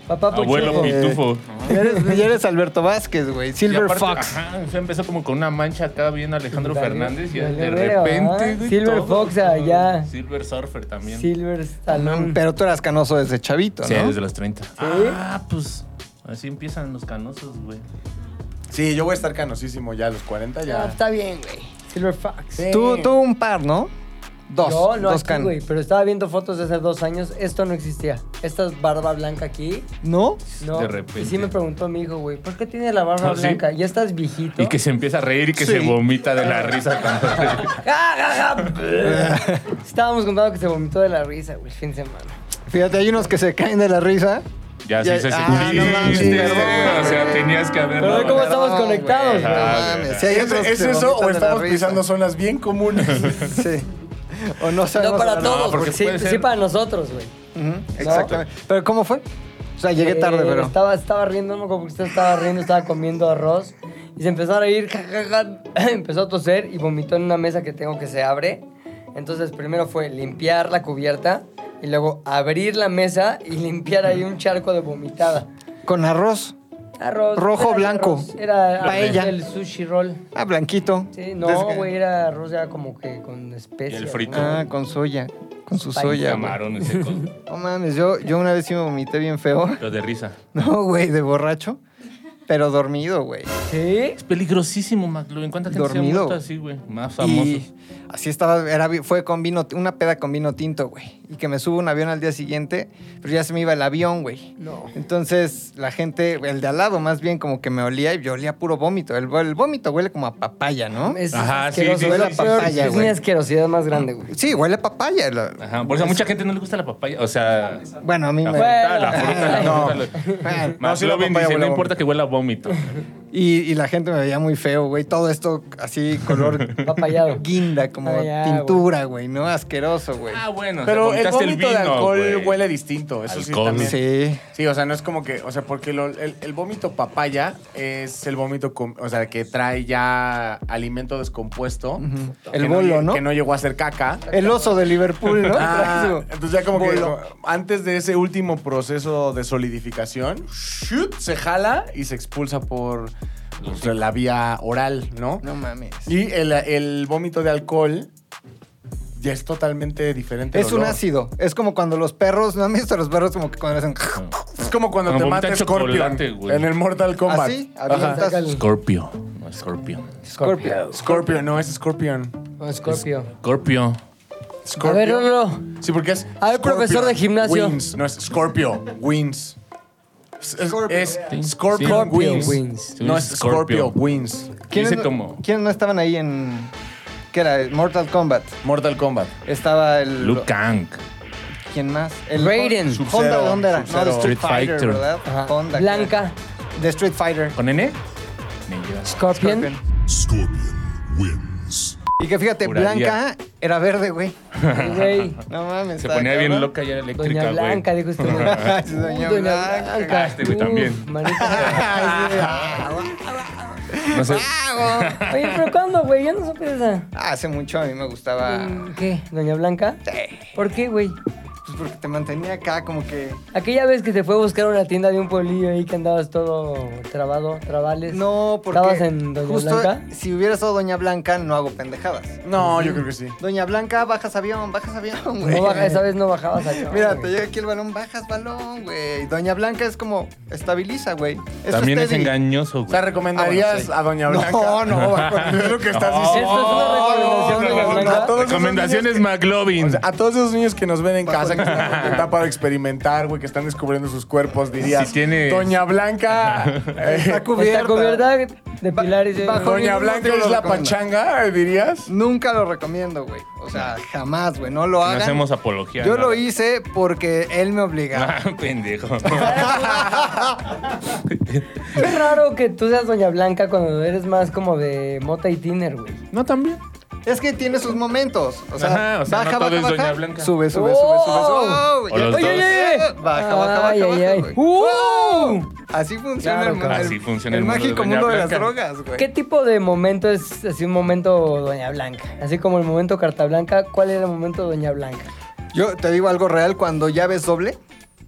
S2: Papá pitufo.
S3: Mm. Abuelo pitufo.
S7: Ya eres, ya eres Alberto Vázquez, güey.
S3: Y
S7: Silver
S3: aparte,
S7: Fox.
S3: Ajá, o sea, empezó como con una mancha acá bien Alejandro
S2: Dale,
S3: Fernández y
S2: dale,
S3: de
S2: veo, ¿ah?
S3: repente, güey,
S2: Silver
S3: todo,
S2: Fox
S3: todo.
S2: allá.
S3: Silver Surfer también.
S2: Silver Stallone.
S7: Mm, Pero tú eras canoso desde chavito,
S3: Sí,
S7: ¿no?
S3: desde los 30. Ah, pues así empiezan los canosos, güey.
S4: Sí, yo voy a estar canosísimo ya a los 40 ya.
S2: Ah, está bien, güey. Silver Fox.
S7: Tú, tú un par, ¿no? Dos.
S2: Yo no
S7: dos
S2: aquí,
S7: can-
S2: güey, pero estaba viendo fotos de hace dos años. Esto no existía. Esta es barba blanca aquí.
S7: ¿No?
S2: No.
S3: De repente.
S2: Y sí me preguntó mi hijo, güey, ¿por qué tiene la barba
S3: ¿Ah, sí?
S2: blanca? Ya estás viejito.
S3: Y que se empieza a reír y que se vomita de la risa cuando
S2: ¡Ja, ja, ja! Estábamos contando que se vomitó de la risa, güey, el fin de semana.
S7: Fíjate, hay unos que se caen de la risa.
S3: Ya sí
S7: Ya-
S3: se
S7: Ah, no mames,
S3: sentiste,
S7: perdón,
S3: güey. O sea,
S7: güey.
S3: tenías que haberlo.
S2: Pero ve cómo
S7: Perdón,
S2: estamos
S7: güey.
S2: conectados,
S7: No
S2: güey.
S7: mames, sí hay
S4: ¿Es,
S7: otros
S4: es
S7: que
S4: eso
S7: vomitan
S4: o
S7: de la
S4: estamos
S7: risa.
S4: pisando zonas bien comunes?
S7: Sí. O no sabemos.
S2: No para
S7: hablar.
S2: todos,
S3: porque
S2: porque sí,
S3: puede
S2: sí
S3: ser-
S2: para nosotros, güey.
S7: Ujú, Exactamente. Pero ¿cómo fue? O sea, llegué
S2: Eh,
S7: tarde, pero.
S2: Estaba, estaba riendo, no me acuerdo por qué estaba- estaba riendo, estaba comiendo arroz. Y se empezó a reír, ja, ja, ja. empezó a toser y vomitó en una mesa que tengo que se abre. Entonces, primero fue limpiar la cubierta y luego abrir la mesa y limpiar ahí un charco de vomitada.
S7: Con arroz.
S2: Arroz.
S7: Rojo,
S2: era de
S7: blanco.
S2: arroz, Era
S7: Paella.
S2: Paella. el sushi roll.
S7: Ah, blanquito.
S2: Sí, no,
S7: Desde-
S2: güey, era arroz ya como que con especias.
S3: Y el
S2: ¿no?
S3: frito.
S7: Ah, con soya. Con su
S2: Paella.
S7: soya. güey.
S3: Camarones secos. güey.
S7: No mames, yo, yo una vez sí me vomité bien feo.
S3: Pero de risa.
S7: No, güey, de borracho. Pero dormido, güey.
S2: Sí.
S3: Es peligrosísimo, McLuhan. ¿Cuánta gente se ha
S7: Dormido.
S3: muerto así, güey? Más famosos.
S7: Y así estaba, era, vi- fue con vino, una peda con vino tinto, güey. Y que me subo a un avión al día siguiente, pero ya se me iba el avión, güey.
S2: No.
S7: Entonces la gente, el de al lado más bien, como que me olía y yo olía puro vómito. El, el vómito huele como a papaya, ¿no?
S2: Es
S3: Ajá, sí,
S2: asqueroso,
S3: sí,
S2: es la
S3: sí, sí,
S7: sí,
S2: papaya,
S7: sí.
S2: Es una asquerosidad más grande, güey.
S7: Sí, huele a papaya. la-
S3: Ajá, por eso a mucha gente no le gusta la papaya. O sea,
S7: Bueno, a mí
S3: la
S7: me...
S3: fruta, la fruta, la
S7: No.
S3: fruta. la-
S7: Bueno,
S4: No, sí, la
S3: McLovin
S4: papaya
S3: dice,
S4: huele
S3: no
S4: a
S3: importa que huela a vómito.
S7: Y, y la gente me veía muy feo, güey. Todo esto así, color
S2: Papayado.
S7: guinda, como
S2: Ah, ya,
S7: pintura, güey, ¿no? Asqueroso, güey.
S3: Ah, bueno.
S4: Pero
S3: te
S4: el
S3: vomitaste
S4: vómito de
S3: vino,
S4: alcohol
S3: güey.
S4: huele distinto. Eso sí
S3: Alcohol.
S4: también.
S7: sí.
S4: Sí, o sea, no es como que, o sea, porque lo- el, el vómito papaya es el vómito, com- o sea, que trae ya alimento descompuesto. que
S7: El bolo,
S4: lle-
S7: ¿no?
S4: Que no llegó a ser caca.
S7: El oso de Liverpool, ¿no?
S4: Ah,
S7: Trae su-
S4: entonces ya como que
S7: Bolo.
S4: como antes de ese último proceso de solidificación, shoot, se jala y se expulsa por pues, la vía oral, ¿no?
S7: No mames.
S4: Y el, el vómito de alcohol ya es totalmente diferente. el
S7: Es un
S4: olor.
S7: ácido. Es como cuando los perros, ¿no han visto los perros como que cuando hacen
S4: Es como
S3: Cuando
S4: cuando te
S3: vomita
S4: mata Scorpion
S3: chocolate, güey.
S4: en el Mortal Kombat.
S7: así?
S4: Ajá.
S7: avientas-
S3: Scorpio. No, Scorpio.
S2: Scorpio.
S4: Scorpio, no, es Scorpion.
S2: No, Scorpio.
S3: Scorpio.
S2: A
S4: Scorpio.
S2: ver, Rolo.
S4: Sí, porque es.
S2: A ver,
S4: Scorpio
S2: profesor de gimnasio.
S4: Wins, no es Scorpio. Wins. Es, es-
S7: Scorpio.
S4: es
S3: Sí.
S4: Scorpion
S3: Scorpio
S4: Wins.
S2: Wins.
S4: No es Scorpio, Wins.
S3: Dice
S7: no-
S3: como
S7: quiénes no estaban ahí en. ¿Qué era? Mortal Kombat.
S4: Mortal Kombat.
S7: Estaba el.
S3: Luke Kang.
S7: ¿Quién más? El
S2: Raiden.
S7: Honda, ¿de dónde era? No,
S4: Sub-Zero.
S7: de Street
S3: Street
S7: Fighter,
S3: Fighter.
S7: ¿verdad?
S2: Ajá.
S7: Honda. creo.
S2: Blanca.
S7: De Street Fighter.
S3: ¿Con N? Ninja.
S2: Scorpion.
S7: Scorpion. Y que fíjate,
S3: Juraría.
S7: Blanca era verde, güey.
S2: Sí, güey.
S7: No mames.
S3: Se
S7: estaba
S3: ponía bien
S7: cabrón.
S3: loca y era
S2: Doña
S3: eléctrica, güey.
S2: Blanca, dijo este güey. Uy,
S7: Sí,
S2: Doña
S7: Doña Blanca.
S2: Blanca.
S3: Ah, este güey
S2: Uf,
S3: también.
S2: manita.
S3: No sé.
S2: Oye, pero ¿cuándo, güey? Ya no supe de esa.
S7: Hace mucho a mí me gustaba.
S2: ¿Qué? ¿Doña Blanca? ¿Por qué, güey?
S7: Pues porque te mantenía acá como que.
S2: Aquella vez que te fue a buscar a una tienda de un pueblillo ahí que andabas todo trabado, trabales.
S7: No, porque.
S2: ¿Estabas en Doña
S7: justo
S2: Blanca?
S7: si hubiera estado Doña Blanca, no hago pendejadas.
S4: No, yo creo que sí.
S7: Doña Blanca, bajas avión, bajas avión, güey.
S2: No baja, esa vez no bajabas acá.
S7: Mira,
S2: güey.
S7: te llega aquí el balón, bajas balón, güey. Doña Blanca es como, estabiliza, güey. Eso
S3: También es
S7: Teddy.
S3: engañoso,
S4: O sea,
S3: güey.
S4: ¿recomendarías
S7: Ah, bueno, sí.
S4: a Doña Blanca?
S7: No, no, güey.
S4: Es lo que estás
S3: No.
S4: diciendo.
S2: Esto es una recomendación de Doña
S4: Oh, No, no, no,
S2: Blanca.
S4: a todos esos niños
S3: Recomendaciones
S4: que-
S3: McLovin.
S4: O sea, a todos esos niños que nos ven en
S7: Bajo
S4: casa,
S7: el-
S4: que están en etapa de experimentar, güey, que están descubriendo sus cuerpos, dirías.
S3: Si tienes-
S4: Doña Blanca. eh,
S7: Está cubierta.
S2: Está cubierta de pilares. eh.
S7: bajo-
S4: Doña
S7: ningún
S4: Blanca
S7: motivo
S4: es
S7: lo
S4: la
S7: recomiendo.
S4: pachanga, eh, dirías.
S7: Nunca lo recomiendo, güey. O sea, jamás, güey. No lo
S3: no
S7: hagan.
S3: hacemos apología.
S7: Yo
S3: ¿no?
S7: lo hice porque él me obligaba.
S3: Ah, pendejo.
S2: Qué raro que tú seas Doña Blanca cuando eres más como de mota y tiner, güey.
S3: No, también.
S7: Es que tiene sus momentos. O sea,
S3: Ajá, o sea,
S7: baja,
S3: no todo
S7: baja,
S3: es
S7: baja.
S3: Doña Blanca.
S7: Sube, sube, sube,
S2: Oh.
S7: sube, sube. Oh,
S3: O los
S7: ya-
S2: ¡Oye, oye,
S3: dos.
S2: oye! Uh,
S7: Baja, baja,
S2: Ay,
S7: baja,
S2: ay,
S7: baja,
S2: ay.
S7: güey.
S2: ¡Uh!
S7: Así funciona
S2: Claro,
S7: el mundo.
S2: claro.
S3: Así funciona
S7: el
S3: el mundo de
S7: mágico
S3: Doña
S7: mundo de las
S3: Blanca.
S7: drogas, güey.
S2: ¿Qué tipo de momento es así un momento Doña Blanca? Así como el momento Carta Blanca, ¿cuál era el momento Doña Blanca?
S7: Yo te digo algo real, cuando ya ves doble,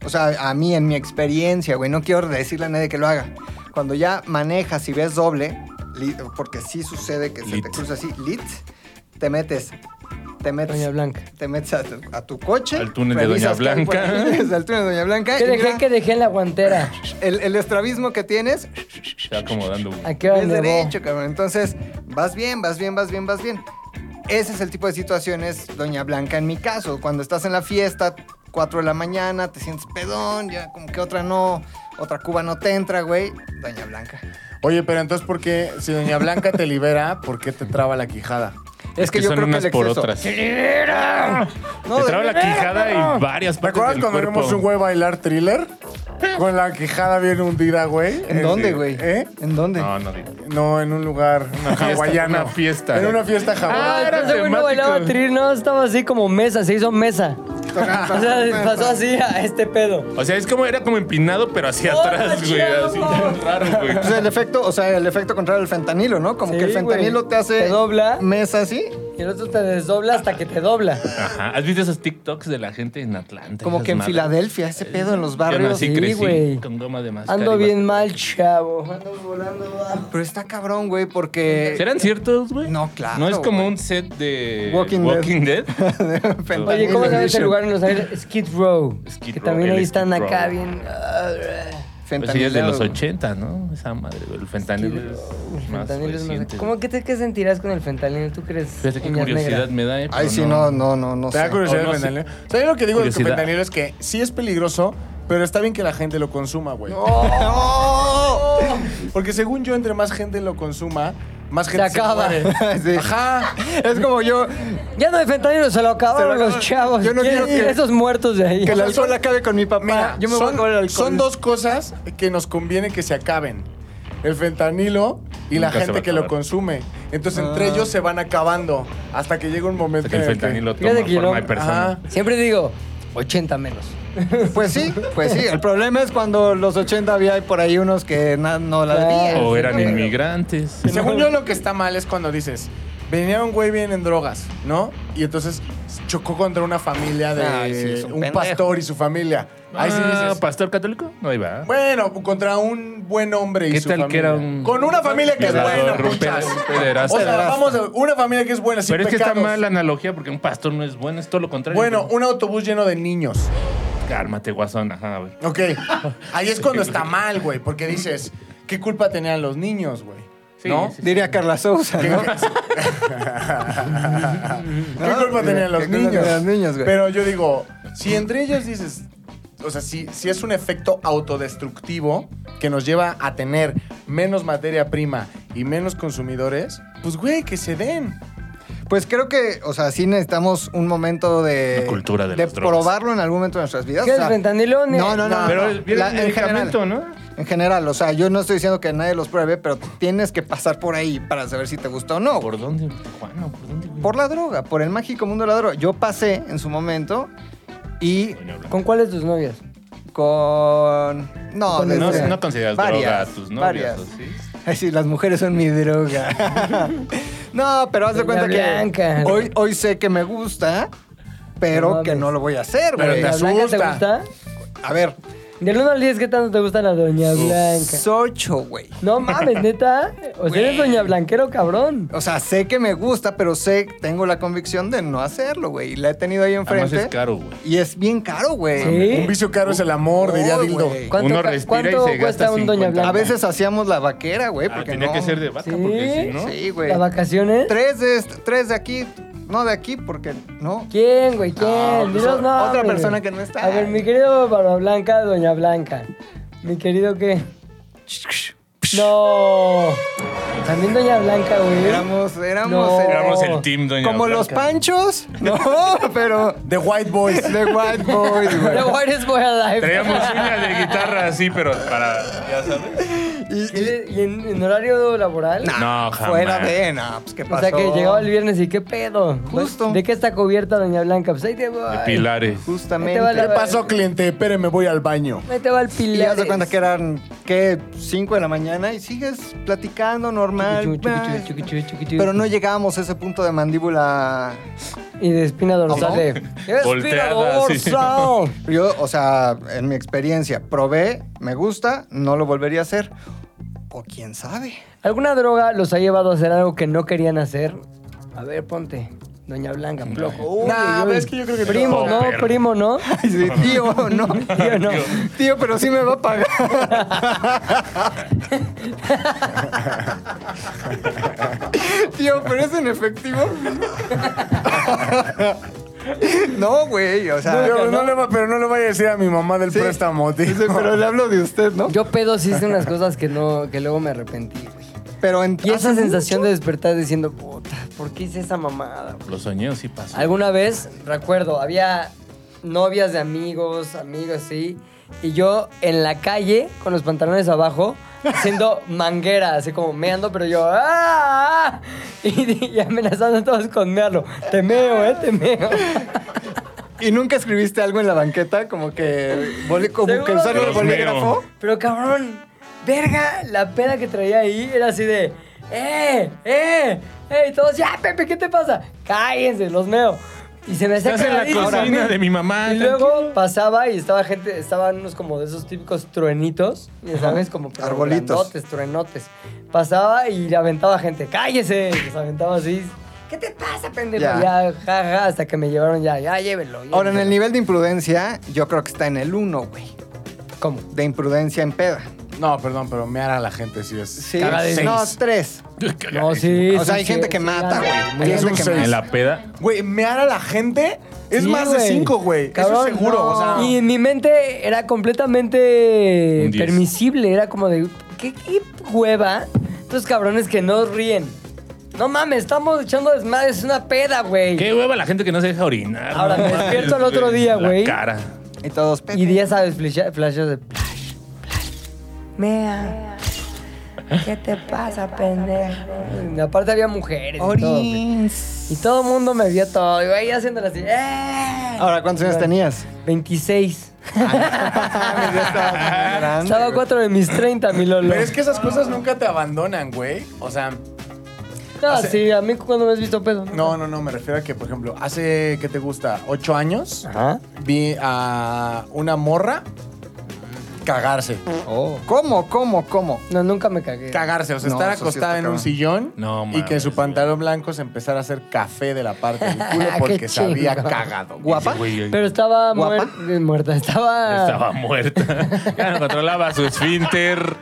S7: o sea, a mí en mi experiencia, güey, no quiero decirle a nadie que lo haga. Cuando ya manejas y ves doble, li- porque sí sucede que se
S3: Lit.
S7: te cruza así, lit, te metes, te metes.
S2: Doña Blanca.
S7: Te metes a tu, a tu coche.
S3: Al túnel de
S7: revisas
S3: Doña
S7: qué-
S3: Blanca.
S7: revisas al túnel de Doña Blanca.
S2: ¿Qué
S7: y
S2: dejé,
S7: mira,
S2: que dejé en la guantera?
S7: el, el estrabismo que tienes
S3: Está acomodando. güey.
S2: ¿A qué hora
S7: es
S2: nevó?
S7: derecho, cabrón. Entonces, vas bien, vas bien, vas bien, vas bien. Ese es el tipo de situaciones, Doña Blanca, en mi caso. Cuando estás en la fiesta, 4 de la mañana, te sientes pedón, ya como que otra no, otra cuba no te entra, güey. Doña Blanca.
S4: Oye, pero entonces, ¿por qué? Si Doña Blanca te libera, ¿por qué te traba la quijada?
S7: Es, que, yo
S3: son
S7: creo que
S3: unas
S7: el
S3: por
S7: exceso.
S3: otras. ¡Libera!
S7: No,
S3: Te traba la
S7: libera,
S3: quijada y varias
S4: ¿Te
S3: partes
S4: acuerdas
S3: del
S4: cuando
S3: cuerpo.
S4: vimos un güey bailar thriller? Con la quijada bien hundida, güey.
S7: ¿En dónde, güey?
S4: ¿Eh?
S7: ¿En dónde?
S3: No, no digo.
S4: No, en un lugar
S3: fiesta,
S4: hawaiano.
S3: una fiesta.
S4: En una fiesta
S2: Ah,
S4: hawaiana.
S3: era
S2: entonces no
S3: temático.
S2: bailaba tril, no, estaba así como mesa, se hizo mesa. O sea, pasó así a este pedo.
S3: O sea, es como era como empinado, pero hacia
S2: ¡Oh,
S3: atrás, güey.
S2: chavo!
S3: Así tan raro, güey.
S7: Pues el efecto, o sea, el efecto contrario al fentanilo, ¿no? Como
S2: Sí,
S7: que el fentanilo
S2: güey.
S7: te hace
S2: Te dobla.
S7: mesa así.
S2: Y el otro te desdobla hasta que te dobla.
S3: Ajá. ¿Has visto esos TikToks de la gente en Atlanta?
S7: Como
S3: Esas
S7: que en
S3: madres.
S7: Filadelfia, ese pedo en los
S3: Eh, Yo
S7: barrios.
S3: nací,
S2: sí,
S3: crecí
S2: güey.
S3: con goma de mascar
S2: Ando
S3: y
S2: bien
S3: bata.
S2: mal, chavo.
S7: Ah, Pero está cabrón, güey, porque...
S3: ¿Serán ciertos, güey?
S7: No, claro,
S3: No es como
S7: güey.
S3: un set de
S7: Walking
S3: Dead.
S7: Dead. Fentanilo.
S2: Oye, ¿cómo se llama ese lugar en Los Ángeles? Skid Row.
S3: Skid
S2: que
S3: Row,
S2: también
S3: el
S2: ahí están
S3: Skid
S2: acá
S3: Row.
S2: bien. ah,
S3: Pues sí, es de los
S7: Fentanileado.
S3: 80, ¿no? Esa madre, güey. El fentanilo es más
S2: Fentanilo es más-
S3: reciente.
S2: ¿Cómo que te qué sentirás con el fentanilo? ¿Tú crees?
S3: Fíjate qué
S2: uñas
S3: curiosidad
S2: negras?
S3: me da, eh,
S7: Ay,
S3: pero
S7: sí, no, no, no, no
S4: ¿Te da
S7: sé.
S3: O
S4: curiosidad
S3: no
S4: el
S3: sé.
S4: fentanilo? ¿Sabes lo que digo del
S3: Curiosidad.
S4: fentanilo? Es que sí es peligroso, pero está bien que la gente lo consuma, güey. Porque según yo, entre más gente lo consuma, más gente se
S2: acaba.
S4: muere.
S7: Sí.
S4: Ajá.
S7: Es como yo,
S2: Ya no hay fentanilo, se lo acabaron los chavos.
S7: Yo no
S2: ¿Quién-
S7: quiero que-
S2: Esos muertos de ahí.
S7: que el alcohol acabe con mi papá.
S4: Mira,
S7: yo me
S4: son,
S7: voy a comer alcohol.
S4: son dos cosas que nos conviene que se acaben. el fentanilo y la
S3: Nunca se va
S4: gente
S3: a
S4: que lo
S3: acabar.
S4: consume. Entonces,
S7: Ah.
S4: entre ellos se van acabando hasta que llega un momento
S3: Hasta que el
S4: en el que-
S3: fentanilo toma
S2: Fíjate que yo
S3: forma de
S2: no-
S3: persona.
S4: Ajá.
S2: Siempre digo, 80 menos.
S7: Pues sí, pues sí. El problema es cuando los 80 había por ahí unos que na- no la
S2: Claro.
S7: debían.
S3: O eran
S7: Pero-
S3: inmigrantes.
S4: Según yo, lo que está mal es cuando dices, venía un güey bien en drogas, ¿no? Y entonces chocó contra una familia de
S7: Ay, sí, es un
S4: un,
S7: pendejo.
S4: pastor y su familia. Ahí Ah, sí dices,
S3: Ah, ¿Pastor católico? No iba.
S4: bueno, contra un buen hombre y
S3: ¿Qué
S4: su
S3: tal que
S4: familia.
S3: era un
S4: Con una familia que es
S3: violador,
S4: buena,
S3: un
S4: muchas.
S3: peda- un pederasta?
S4: O sea, vamos a una familia que es buena, sin
S3: Pero es que está
S4: pecados.
S3: mal la analogía porque un pastor no es bueno, es todo lo contrario.
S4: Bueno, un autobús lleno de niños.
S3: cálmate, guasón. Ajá, güey.
S4: Ok. Ahí es cuando está mal, güey, porque dices, ¿qué culpa tenían los niños, güey?
S3: Sí,
S4: ¿No?
S3: sí, sí.
S7: Diría Carla Sousa,
S4: ¿Qué,
S7: ¿no?
S4: ¿Qué culpa tenían los
S7: ¿Qué culpa
S4: niños?
S7: tenían los niños, güey?
S4: Pero yo digo, si entre ellos dices, o sea, si, si es un efecto autodestructivo que nos lleva a tener menos materia prima y menos consumidores, pues güey, que se den.
S7: Pues creo que, o sea, sí necesitamos un momento de,
S3: La cultura de las drogas.
S7: probarlo en algún momento de nuestras vidas.
S2: ¿Qué
S7: o
S2: es
S7: sea,
S2: fentanilo? Ni-
S7: No, no, no.
S3: Pero
S7: no.
S3: viene
S7: La-
S3: el
S7: en
S3: medicamento,
S7: general,
S3: ¿no?
S7: En general, o sea, yo no estoy diciendo que nadie los pruebe, pero tienes que pasar por ahí para saber si te gusta o no. güey.
S3: ¿Por dónde, Tijuana? ¿Por dónde, güey?
S7: Por la droga, por el mágico mundo de la droga. Yo pasé en su momento y
S3: Doña Blanca.
S2: ¿Con cuáles tus novias?
S7: con... No,
S2: Con-
S3: No,
S7: desde-
S3: no consideras
S7: varias,
S3: droga a tus novias,
S7: varias.
S3: ¿o sí?
S7: Ay, sí, las mujeres son mi droga. no, pero haz de
S2: Doña
S7: cuenta
S2: Blanca.
S7: que hoy, hoy sé que me gusta, pero
S2: No
S7: que
S2: mames.
S7: no lo voy a hacer,
S4: Pero
S7: güey.
S4: te
S2: ¿La blanca te
S4: asusta.
S2: gusta?
S7: A ver,
S2: Del 1 al 10, ¿qué tanto te gusta la doña blanca?
S7: socho, güey.
S2: No mames, neta. O sea, eres doña blanquero, cabrón.
S7: O sea, sé que me gusta, pero sé, tengo la convicción de no hacerlo, güey. Y La he tenido ahí
S3: Además
S7: enfrente.
S3: es caro, güey.
S7: Y es bien caro, güey.
S4: Un
S2: ¿Sí?
S4: vicio caro es el amor, diría
S7: No,
S4: Dildo.
S7: güey.
S3: Uno
S2: ca-
S3: respira y
S2: ¿cuánto
S3: se
S2: cuesta
S3: gasta
S2: un doña
S3: 50.
S2: blanca?
S7: A veces hacíamos la vaquera, güey,
S3: Ah,
S7: porque
S3: tenía
S7: no.
S3: que ser de vaca,
S2: Sí.
S3: porque si no...
S7: Sí, güey.
S2: ¿Las vacaciones?
S7: Tres de, est- tres de aquí, no de aquí, porque no.
S2: ¿Quién, güey? ¿Quién?
S7: No, pues,
S2: Dinos nombres,
S7: otra persona
S2: güey.
S7: que no está.
S2: A ver, mi querido Barba Blanca, Doña Blanca. Mi querido, ¿qué? No. También Doña Blanca, güey.
S7: Éramos, éramos.
S2: No.
S3: Éramos el team, doña
S7: Como los
S3: Blanca.
S7: panchos, no, pero
S4: The White Boys.
S7: de White Boys, güey.
S2: The whitest boy alive.
S3: Traíamos una de guitarra así, pero para... ¿Ya sabes?
S2: ¿Y, y en, en horario laboral?
S3: No, jamás.
S7: Fuera de, no, pues qué
S2: O
S7: pasó.
S2: sea que llegaba el viernes y qué pedo.
S7: Justo.
S2: ¿De qué está cubierta Doña Blanca? Pues ahí te va.
S3: De pilares.
S7: Justamente.
S2: Ahí te va
S4: ¿Qué
S2: la-
S4: pasó, cliente? Espere, me voy al baño.
S2: Ahí te va el
S7: Y
S2: pilar.
S7: haz de cuenta que eran, ¿qué? 5 de la mañana y sigues platicando normal. ah, Pero no llegábamos a ese punto de mandíbula.
S2: Y de espina dorsal
S7: ¿No?
S2: de.
S3: Volteada,
S2: ¡Espina
S3: sí.
S2: dorsal!
S7: Yo, o sea, en mi experiencia, probé, me gusta, no lo volvería a hacer. O quién sabe.
S2: ¿Alguna droga los ha llevado a hacer algo que no querían hacer? A ver, ponte. Doña Blanca, ploco. Uy,
S4: Nah,
S2: uy.
S4: es que yo creo que
S2: Primo, ¿no?
S3: Popper.
S2: Primo, ¿no?
S7: Ay, sí, tío, no. Tío, no. Tío, pero sí me va a pagar. tío, pero es en efectivo. no, güey, o sea.
S4: Pero no, le va- pero no le vaya a decir a mi mamá del
S7: Sí.
S4: préstamo, tío.
S7: Dice, pero le hablo de usted, ¿no?
S2: Yo pedo sí hice unas cosas que no, que luego me arrepentí, güey.
S7: pero en
S2: Y esa
S7: hace
S2: sensación de despertar diciendo, puta, ¿por qué hice esa mamada?
S3: Lo soñé o sí pasó.
S2: Alguna vez, recuerdo, había novias de amigos, amigos, sí. Y yo en la calle, con los pantalones abajo, haciendo manguera, así como meando, pero yo. ¡Ah! Y, y amenazando a todos con mearlo. Te meo, ¿eh? Te meo.
S7: mucho. ¿Y nunca escribiste algo en la banqueta? Como que, boli- como que
S2: Seguro.
S7: usar el
S3: Los
S7: bolígrafo.
S3: meo.
S2: Pero cabrón, verga, la peda que traía ahí era así de. ¡Eh! ¡Eh! ¡Eh! Y todos, ya, Pepe, ¿qué te pasa? Cállense, los meo. Y se me hacía
S3: Estás en la
S2: cagadísimo.
S3: cocina de mi mamá.
S2: Y luego pasaba y estaba gente, estaban unos como de esos típicos truenitos, ya sabes, como pero
S7: Arbolitos.
S2: grandotes, truenotes. Pasaba y le aventaba gente, cállese, y les aventaba así. ¿Qué te pasa, pendejo?
S7: Ya.
S2: Ya, jaja, hasta que me llevaron ya, ya llévenlo.
S7: Ahora, en
S2: llévenlo.
S7: el nivel de imprudencia, yo creo que está en el 1, güey.
S2: ¿Cómo?
S7: De imprudencia en peda.
S4: No, perdón, pero me hará la gente si es.
S7: Sí,
S2: Cagadísimo.
S7: no, tres.
S2: No, sí.
S7: O sea,
S2: sí,
S7: hay
S2: sí,
S7: gente que
S2: sí,
S7: mata,
S2: sí,
S7: güey. Hay
S2: sí,
S4: Es
S7: gente
S4: un
S7: que
S4: seis.
S7: mata.
S3: En la peda.
S4: Güey, me hará la gente es
S2: Sí,
S4: más de
S2: güey.
S4: cinco, güey. Eso
S2: Cabrón,
S4: es seguro.
S2: no.
S4: O sea,
S2: Y en mi mente era completamente
S3: Un diez.
S2: permisible. Era como de, ¿qué, qué hueva? Estos cabrones que no ríen. No mames, estamos echando desmadre, es una peda, güey.
S3: Qué hueva la gente que no se deja orinar.
S2: Ahora,
S3: no
S2: me
S3: mames,
S2: despierto al otro día,
S3: la
S2: güey.
S3: cara.
S7: Y todos
S2: Y
S7: Pepe.
S2: ya sabes, flashes de... Flash, flash, mea. ¿Qué te pasa, pendejo? Aparte había mujeres. Y todo, güey.
S7: Orins.
S2: Y todo el mundo me vio todo, güey, haciéndolo así. ¡Eh!
S7: Ahora, ¿cuántos años tenías?
S2: 26.
S7: Ah, ya estabas muy grande,
S2: Estaba a
S7: güey.
S2: cuatro de mis 30, mi Lolo.
S4: Pero es que esas cosas nunca te abandonan, güey. O sea,
S3: Ah,
S2: No,
S4: hace-
S2: Ah, sí, a mí cuando me has visto pedo.
S4: no, no, no, me refiero a que, por ejemplo, hace, ¿qué te gusta? ¿Ocho años?
S7: Ajá.
S4: Vi a una morra cagarse.
S7: Oh. ¿Cómo, cómo, cómo?
S2: No, nunca me cagué.
S4: Cagarse, o sea,
S7: No,
S4: estar
S7: eso sí
S4: acostada
S7: está
S4: en un
S7: cabrón.
S4: sillón
S3: No,
S4: y que
S3: mames,
S4: su pantalón blanco se empezara a hacer café de la parte del culo
S2: Ah, Qué
S4: porque se había
S2: chingón.
S4: cagado. güey.
S7: ¿Guapa?
S3: Güey,
S2: Pero estaba
S7: ¿Guapa?
S2: muer- eh, muerta, estaba...
S3: Estaba muerta. Ya no controlaba su esfínter.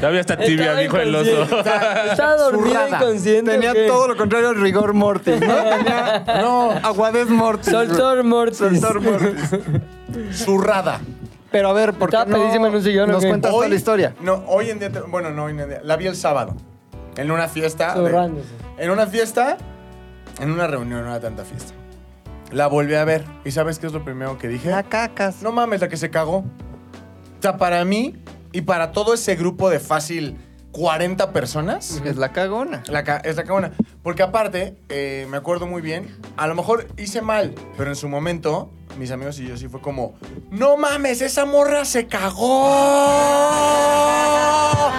S3: Todavía está tibia,
S2: Estaba
S3: dijo el oso.
S2: inconsciente. Estaba dormida
S7: Zurrada.
S2: inconsciente.
S7: Tenía
S2: ¿o qué?
S7: todo lo contrario al rigor mortis, ¿no? Tenía- no, aguadez mortis.
S2: Soltor mortis.
S7: Soltor mortis.
S4: Zurrada.
S7: Pero a ver, ¿por qué
S2: Estaba
S7: no
S2: pedísima en un sillón, ¿o
S7: nos
S2: qué?
S7: cuentas toda la historia?
S4: No, hoy en día, te- bueno, no hoy en día, la vi el sábado. En una fiesta. de-
S2: Zurrándose.
S4: en una fiesta, en una reunión, no era tanta fiesta. La volví a ver. ¿Y sabes qué es lo primero que dije?
S7: La cacas.
S4: No mames, la que se cagó. O sea, para mí y para todo ese grupo de fácil 40 personas,
S7: Es la cagona.
S4: la ca- es la cagona. Porque aparte, eh, me acuerdo muy bien, a lo mejor hice mal, pero en su momento, mis amigos y yo sí fue como, no mames, esa morra se cagó.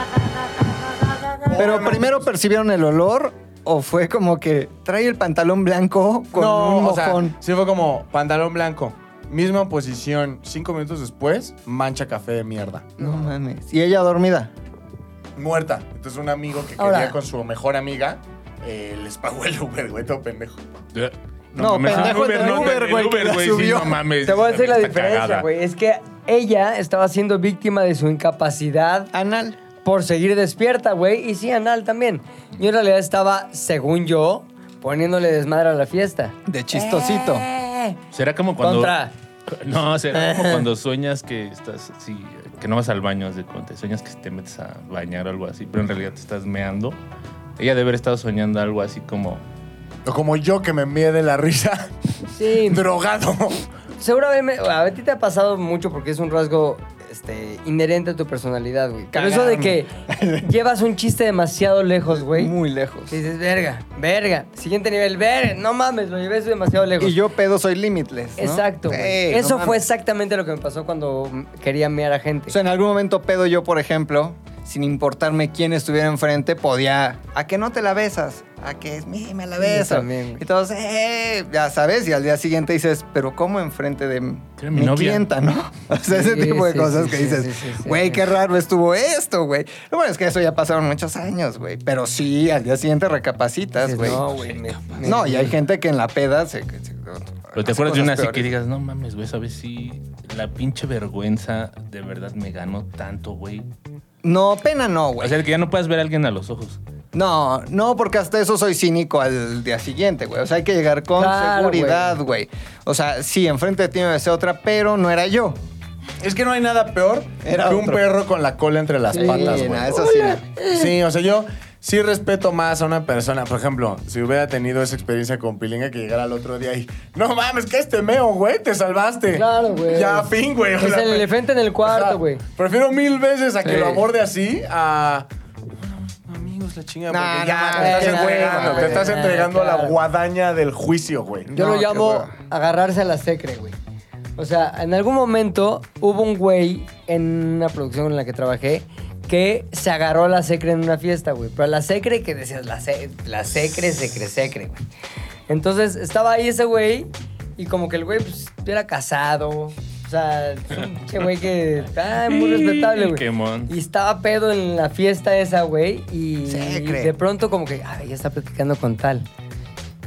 S7: Pero
S4: Obviamente,
S7: primero percibieron el olor o fue como que trae el pantalón blanco con un
S4: o sea,
S7: mojón.
S4: sí fue como pantalón blanco. Misma posición, cinco minutos después, mancha café de mierda.
S7: no mames. Y ella dormida.
S4: Muerta. Entonces un amigo que
S2: Ahora.
S4: quería con su mejor amiga, eh, les pagó el Uber, güey, todo pendejo.
S7: No,
S3: mames,
S7: pendejo,
S3: Uber,
S7: el
S3: no,
S7: Uber,
S3: el
S7: güey, que la
S3: sí,
S7: subió.
S3: no mames.
S2: Te voy a decir la
S3: Está
S2: diferencia,
S3: cagada.
S2: güey. Es que ella estaba siendo víctima de su incapacidad
S7: Anal.
S2: por seguir despierta, güey. Y sí, anal también. Yo en realidad estaba, según yo, poniéndole desmadre a la fiesta.
S7: De chistosito.
S2: Eh.
S3: Será como cuando.
S2: Contra.
S3: No, será como cuando sueñas que estás. Sí, que no vas al baño, haz de cuenta. Sueñas que te metes a bañar o algo así, pero en realidad te estás meando. Ella debe haber estado soñando algo así como.
S4: O como yo que me envié de la risa,
S2: Sí,
S4: drogado.
S2: seguramente a ti te ha pasado mucho porque es un rasgo este, inherente a tu personalidad, güey. Pero eso de que llevas un chiste demasiado lejos, güey.
S7: Muy lejos.
S2: Que dices, verga, verga. Siguiente nivel, verga. No mames, lo llevé demasiado lejos.
S7: Y yo pedo soy limitless. ¿no?
S2: Exacto. güey.
S7: Ey, no
S2: Eso
S7: mames.
S2: fue exactamente lo que me pasó cuando quería mear a gente.
S7: O sea, en algún momento pedo yo, por ejemplo, sin importarme quién estuviera enfrente, podía. A que no te la besas, a que es mí, me la beso.
S2: también, güey.
S7: y todos, "Eh", ya sabes, y al día siguiente dices, pero ¿cómo enfrente de mi,
S3: Era mi novia.
S7: clienta, no? O sea, ese
S2: Sí,
S7: tipo de
S2: sí,
S7: cosas
S2: sí,
S7: que
S2: sí,
S7: dices,
S2: sí, sí, sí,
S7: güey,
S2: sí.
S7: qué raro estuvo esto, güey. Lo bueno es que eso ya pasaron muchos años, güey. Pero sí, al día siguiente recapacitas,
S2: Dices,
S7: güey.
S2: No,
S7: No,
S2: güey. me- me-
S7: y hay gente que en la peda se. se-
S3: Pero te
S7: hace
S3: acuerdas de una
S7: cosas
S3: así que
S7: peores.
S3: digas, no mames, güey, ¿sabes si la pinche vergüenza de verdad me ganó tanto, güey?
S7: No, pena no, güey.
S3: O sea, el que ya no puedas ver a alguien a los ojos.
S7: No, no, porque hasta eso soy cínico al día siguiente, güey. O sea, hay que llegar con
S2: Claro,
S7: seguridad, güey. O sea, sí, enfrente de ti me besé otra, pero no era yo.
S4: Es que no hay nada peor
S7: Era
S4: que un
S7: otro.
S4: perro con la cola entre las
S7: Sí,
S4: patas,
S7: no,
S4: güey.
S7: eso sí, no.
S4: Sí, o sea, yo sí respeto más a una persona. Por ejemplo, si hubiera tenido esa experiencia con Pilinga que llegara al otro día y, no mames, que este meo, güey, te salvaste.
S2: Claro, güey.
S4: Ya, fin, güey. o
S2: Es
S4: sea,
S2: el elefante en el
S4: Ajá.
S2: cuarto, güey.
S4: Prefiero mil veces a que
S2: Sí.
S4: lo aborde así a. Amigos, la chingada.
S7: Nah,
S4: porque ya
S7: nah,
S4: más te estás
S2: güey,
S4: entregando,
S2: güey,
S4: te estás
S2: güey,
S4: entregando a la
S2: claro.
S4: guadaña del juicio, güey.
S2: Yo
S7: No,
S2: lo
S7: qué
S2: llamo
S7: hueva.
S2: agarrarse a la secre, güey. O sea, en algún momento hubo un güey en una producción en la que trabajé que se agarró a la secre en una fiesta, güey. Pero a la secre que decías, la, se- la secre, secre, secre, güey. Entonces estaba ahí ese güey y como que el güey pues, era casado. O sea, es un pinche güey que. Ah, muy respetable, güey.
S3: Qué mon.
S2: Y estaba pedo en la fiesta esa, güey. Y,
S7: Secre.
S2: y de pronto como que, ay, ya está platicando con tal.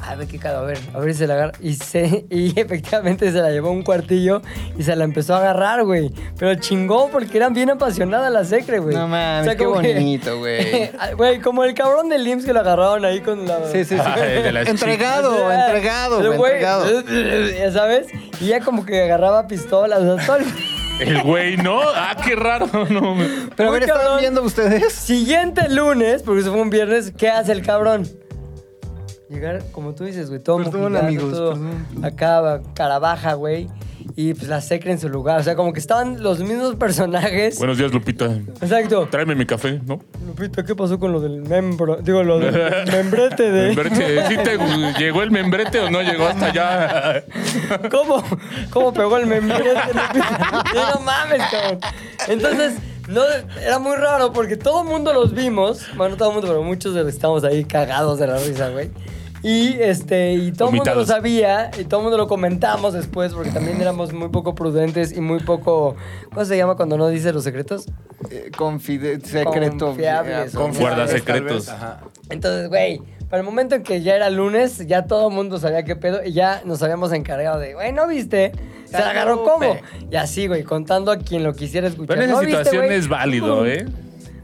S2: A ver qué cada, a ver, a ver si se la agarra. Y, se, y efectivamente se la llevó a un cuartillo y se la empezó a agarrar, güey. Pero chingó porque eran bien apasionadas las secre, güey.
S7: No mames, qué
S2: como que-
S7: bonito, güey.
S2: Ah, Güey, como el cabrón del IMSS que lo agarraron ahí con la...
S7: Sí, sí, sí.
S3: Ay, de las
S7: entregado,
S2: O sea,
S7: entregado,
S2: el
S7: güey,
S2: güey,
S7: entregado.
S2: Ya sabes, y ya como que agarraba pistolas, o sea, todo el-
S3: El güey, ¿no? Ah, qué raro. No, mames.
S7: Pero a
S2: Muy
S7: ver, ¿están
S2: cabrón.
S7: viendo ustedes?
S2: Siguiente lunes, porque eso fue un viernes, ¿qué hace el cabrón? Llegar, como tú dices, güey, todo
S7: Perdón,
S2: mojigando,
S7: amigos,
S2: todo
S7: perdón, perdón.
S2: acá, cara baja, güey. y pues la secre en su lugar. O sea, como que estaban los mismos personajes.
S3: Buenos días, Lupita.
S2: Exacto.
S3: Tráeme mi café, ¿no?
S2: Lupita, ¿qué pasó con lo del membro? Digo, lo del membrete de...
S3: Membrete. ¿Sí te gu- llegó el membrete o no llegó hasta allá?
S2: ¿Cómo? ¿Cómo pegó el membrete? Lupita? Sí, no mames, cabrón. Entonces, no, era muy raro porque todo el mundo los vimos. Bueno, no todo el mundo, pero muchos de los que estábamos ahí cagados de la risa, güey. Y, este, y todo el mundo lo
S3: Vomitados.
S2: sabía y todo el mundo lo comentamos después porque también éramos muy poco prudentes y muy poco... ¿Cómo se llama cuando no dices los secretos?
S7: Eh, confide- secreto.
S2: Confiables,
S7: eh,
S2: o-
S7: confiables.
S3: Guarda
S4: Tal vez,
S3: secretos.
S4: tal vez, ajá.
S2: Entonces, güey, para el momento en que ya era lunes, ya todo el mundo sabía qué pedo y ya nos habíamos encargado de, güey, ¿no viste? Se la agarró como. Y así, güey, contando a quien lo quisiera escuchar.
S3: Pero en esa
S2: "¿No viste,
S3: situación
S2: güey?".
S3: es válido, ¿eh?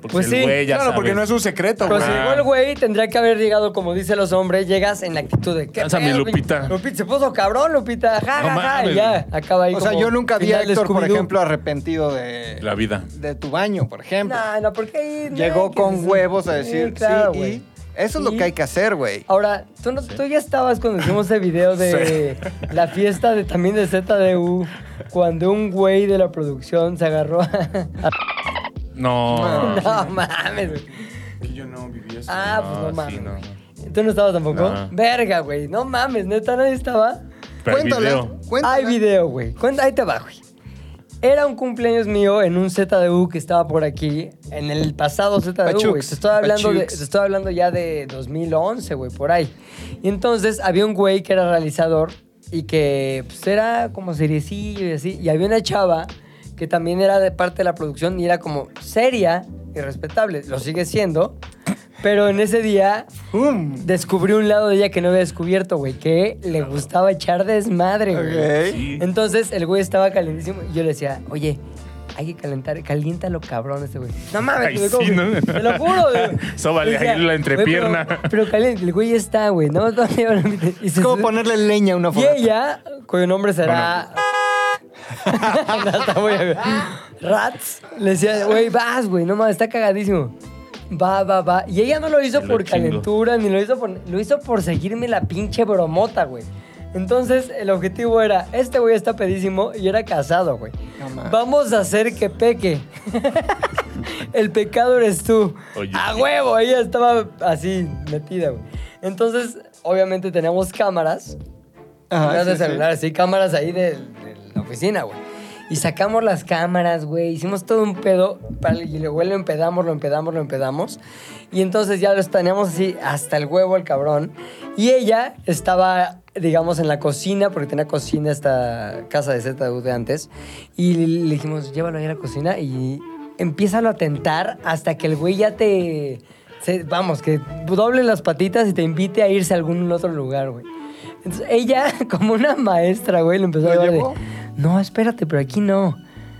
S3: Porque
S2: Pues
S3: el
S2: sí,
S3: güey ya
S4: Claro, porque
S3: sabe.
S4: no es un secreto,
S2: Pero
S4: güey.
S2: si llegó el güey, tendría que haber llegado, como dicen los hombres, llegas en la actitud de, ¿qué
S3: Lanza mi
S2: pedo,
S3: Lupita".
S2: güey? Lupita se puso cabrón, Lupita. Ja,
S3: No
S2: ja, ja,
S3: mames.
S2: y ya, acaba ahí
S7: O sea,
S2: como
S7: yo nunca vi a
S2: final de
S7: Héctor, por
S2: Scooby-Doo.
S7: ejemplo, arrepentido de,
S3: La vida.
S7: de tu baño, por ejemplo.
S2: No, no, porque ahí... no,
S7: Llegó
S2: que
S7: con
S2: dices,
S7: huevos a
S2: sí,
S7: decir, sí,
S2: claro,
S7: y
S2: güey.
S7: eso es lo
S2: Y-
S7: que hay que hacer, güey.
S2: Ahora, tú, no- tú ya estabas cuando hicimos ese video de la fiesta de también de ZDU, cuando un güey de la producción se agarró a...
S3: No.
S2: No mames. güey.
S4: Que yo no viví eso.
S2: Ah, pues no
S3: sí,
S2: mames.
S3: no.
S2: ¿Tú no estabas tampoco?
S3: No.
S2: Verga, güey. No mames, neta, nadie estaba.
S3: Pero el
S7: Cuéntala,
S3: video.
S7: cuéntala.
S2: Hay video, güey. Cuenta- Ahí te va, güey. Era un cumpleaños mío en un ZDU que estaba por aquí, en el pasado ZDU, güey.
S7: Pachux,
S2: Te estoy hablando, de-
S7: Pachux.
S2: te estoy hablando ya de 2011, güey, por ahí. Y entonces había un güey que era realizador y que pues, era como seriecillo y así. Y había una chava que también era de parte de la producción y era como seria y respetable. Lo sigue siendo. Pero en ese día descubrí un lado de ella que no había descubierto, güey, que le gustaba echar desmadre, güey.
S3: Sí.
S2: Entonces el güey estaba calentísimo y yo le decía, oye, hay que calentar, caliéntalo cabrón este güey. No mames,
S3: Ay,
S2: güey, como
S3: sí,
S2: que-
S3: ¿no?
S2: te lo juro, güey.
S3: Sóbale
S2: Le decía,
S3: ahí la
S2: "Güey,
S3: entrepierna".
S2: Pero, pero caliente, el güey está, güey. No, no, no, no, y se-
S7: Es como ponerle leña a una
S2: Y
S7: fogata.
S2: ella, cuyo nombre será. No, está muy bien. Rats, le decía, güey, vas, güey, no mames, está cagadísimo. Va, va, va. Y ella no lo hizo
S3: Me lo
S2: por
S3: chingo.
S2: calentura, ni lo hizo por. Lo hizo por seguirme la pinche bromota, güey. Entonces, el objetivo era: este güey está pedísimo y era casado, güey. Vamos a hacer que peque. el pecado eres tú.
S3: Oye.
S2: A huevo, ella estaba así metida, güey. Entonces, obviamente tenemos cámaras
S7: Ajá,
S2: no
S7: sí,
S2: de
S7: sí.
S2: celulares, sí, cámaras ahí del- de, la oficina, güey. Y sacamos las cámaras, güey. Hicimos todo un pedo. para- y luego lo empedamos, lo empedamos, lo empedamos. Y entonces ya lo teníamos así hasta el huevo, el cabrón. Y ella estaba, digamos, en la cocina, porque tenía cocina esta casa de ZDU de antes. Y le dijimos, llévalo ahí a la cocina y empiézalo a tentar hasta que el güey ya te. se- vamos, que doble las patitas y te invite a irse a algún otro lugar, güey. Entonces, ella, como una maestra, güey, le empezó
S7: ¿Lo
S2: a llevar de,
S7: llevó?
S2: No, espérate, pero aquí no.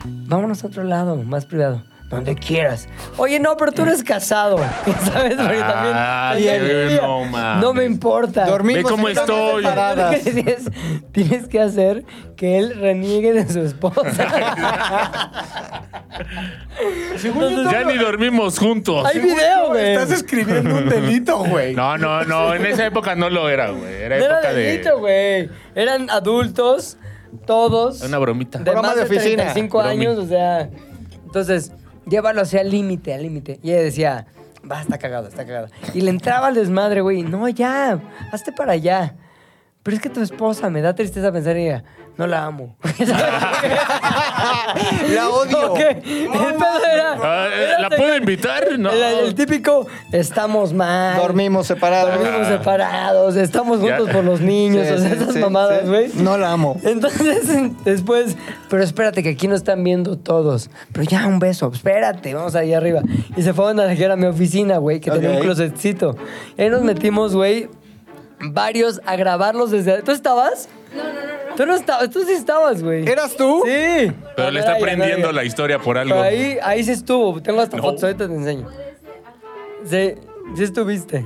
S2: Vámonos a otro lado, más privado. Donde quieras. Oye, no, pero tú eres casado. ¿Sabes? Porque también.
S3: Ah,
S2: ella
S3: sí,
S2: decía,
S3: no mames.
S2: "No me importa.
S7: Dormimos
S3: Ve cómo
S7: en camas
S3: estoy.
S7: separadas.
S2: Lo que tienes- tienes que hacer que él reniegue de su esposa.
S3: Ya ni dormimos juntos.
S2: Hay video, güey.
S4: Estás escribiendo un delito, güey.
S3: No, no, no. En esa época no lo era, güey. Era
S2: No
S3: época
S2: era delito,
S3: de.
S2: güey. Eran adultos, todos.
S3: Una bromita.
S2: de
S7: Broma
S2: más
S7: de
S2: de
S7: oficina.
S2: 35
S3: Bromi.
S2: años, o sea. Entonces, llévalo así al límite, al límite. Y ella decía, va, está cagado, está cagado. Y le entraba al desmadre, güey. No, ya, hazte para allá. Pero es que tu esposa me da tristeza pensar en ella. No la amo.
S7: La odio.
S2: Ok, El pedo
S3: Ah,
S2: era.
S3: eh,
S2: era
S3: ¿La puedo invitar? No.
S2: el, el típico, estamos mal.
S7: Dormimos separadas.
S2: Dormimos separados, estamos
S3: Ya.
S2: juntos por los niños,
S7: Sí,
S2: o sea,
S7: sí,
S2: esas
S7: sí,
S2: mamadas,
S7: sí.
S2: güey.
S7: No la amo.
S2: Entonces, después, pero espérate que aquí no están viendo todos. Pero ya, un beso, espérate, vamos allá arriba. Y se fueron a la que era mi oficina, güey, que tenía un
S7: Ok.
S2: closetcito. Y ahí nos metimos, güey, varios a grabarlos desde... ¿Tú estabas?
S5: No, no, no, no.
S2: Tú no estabas, tú sí estabas, güey.
S7: ¿Eras tú?
S2: Sí.
S3: Pero le está
S2: Ay,
S3: aprendiendo
S2: verga.
S3: la historia por algo.
S2: Pero ahí, ahí sí estuvo. Tengo hasta
S3: No.
S2: fotos, ahorita te enseño. Sí, sí estuviste.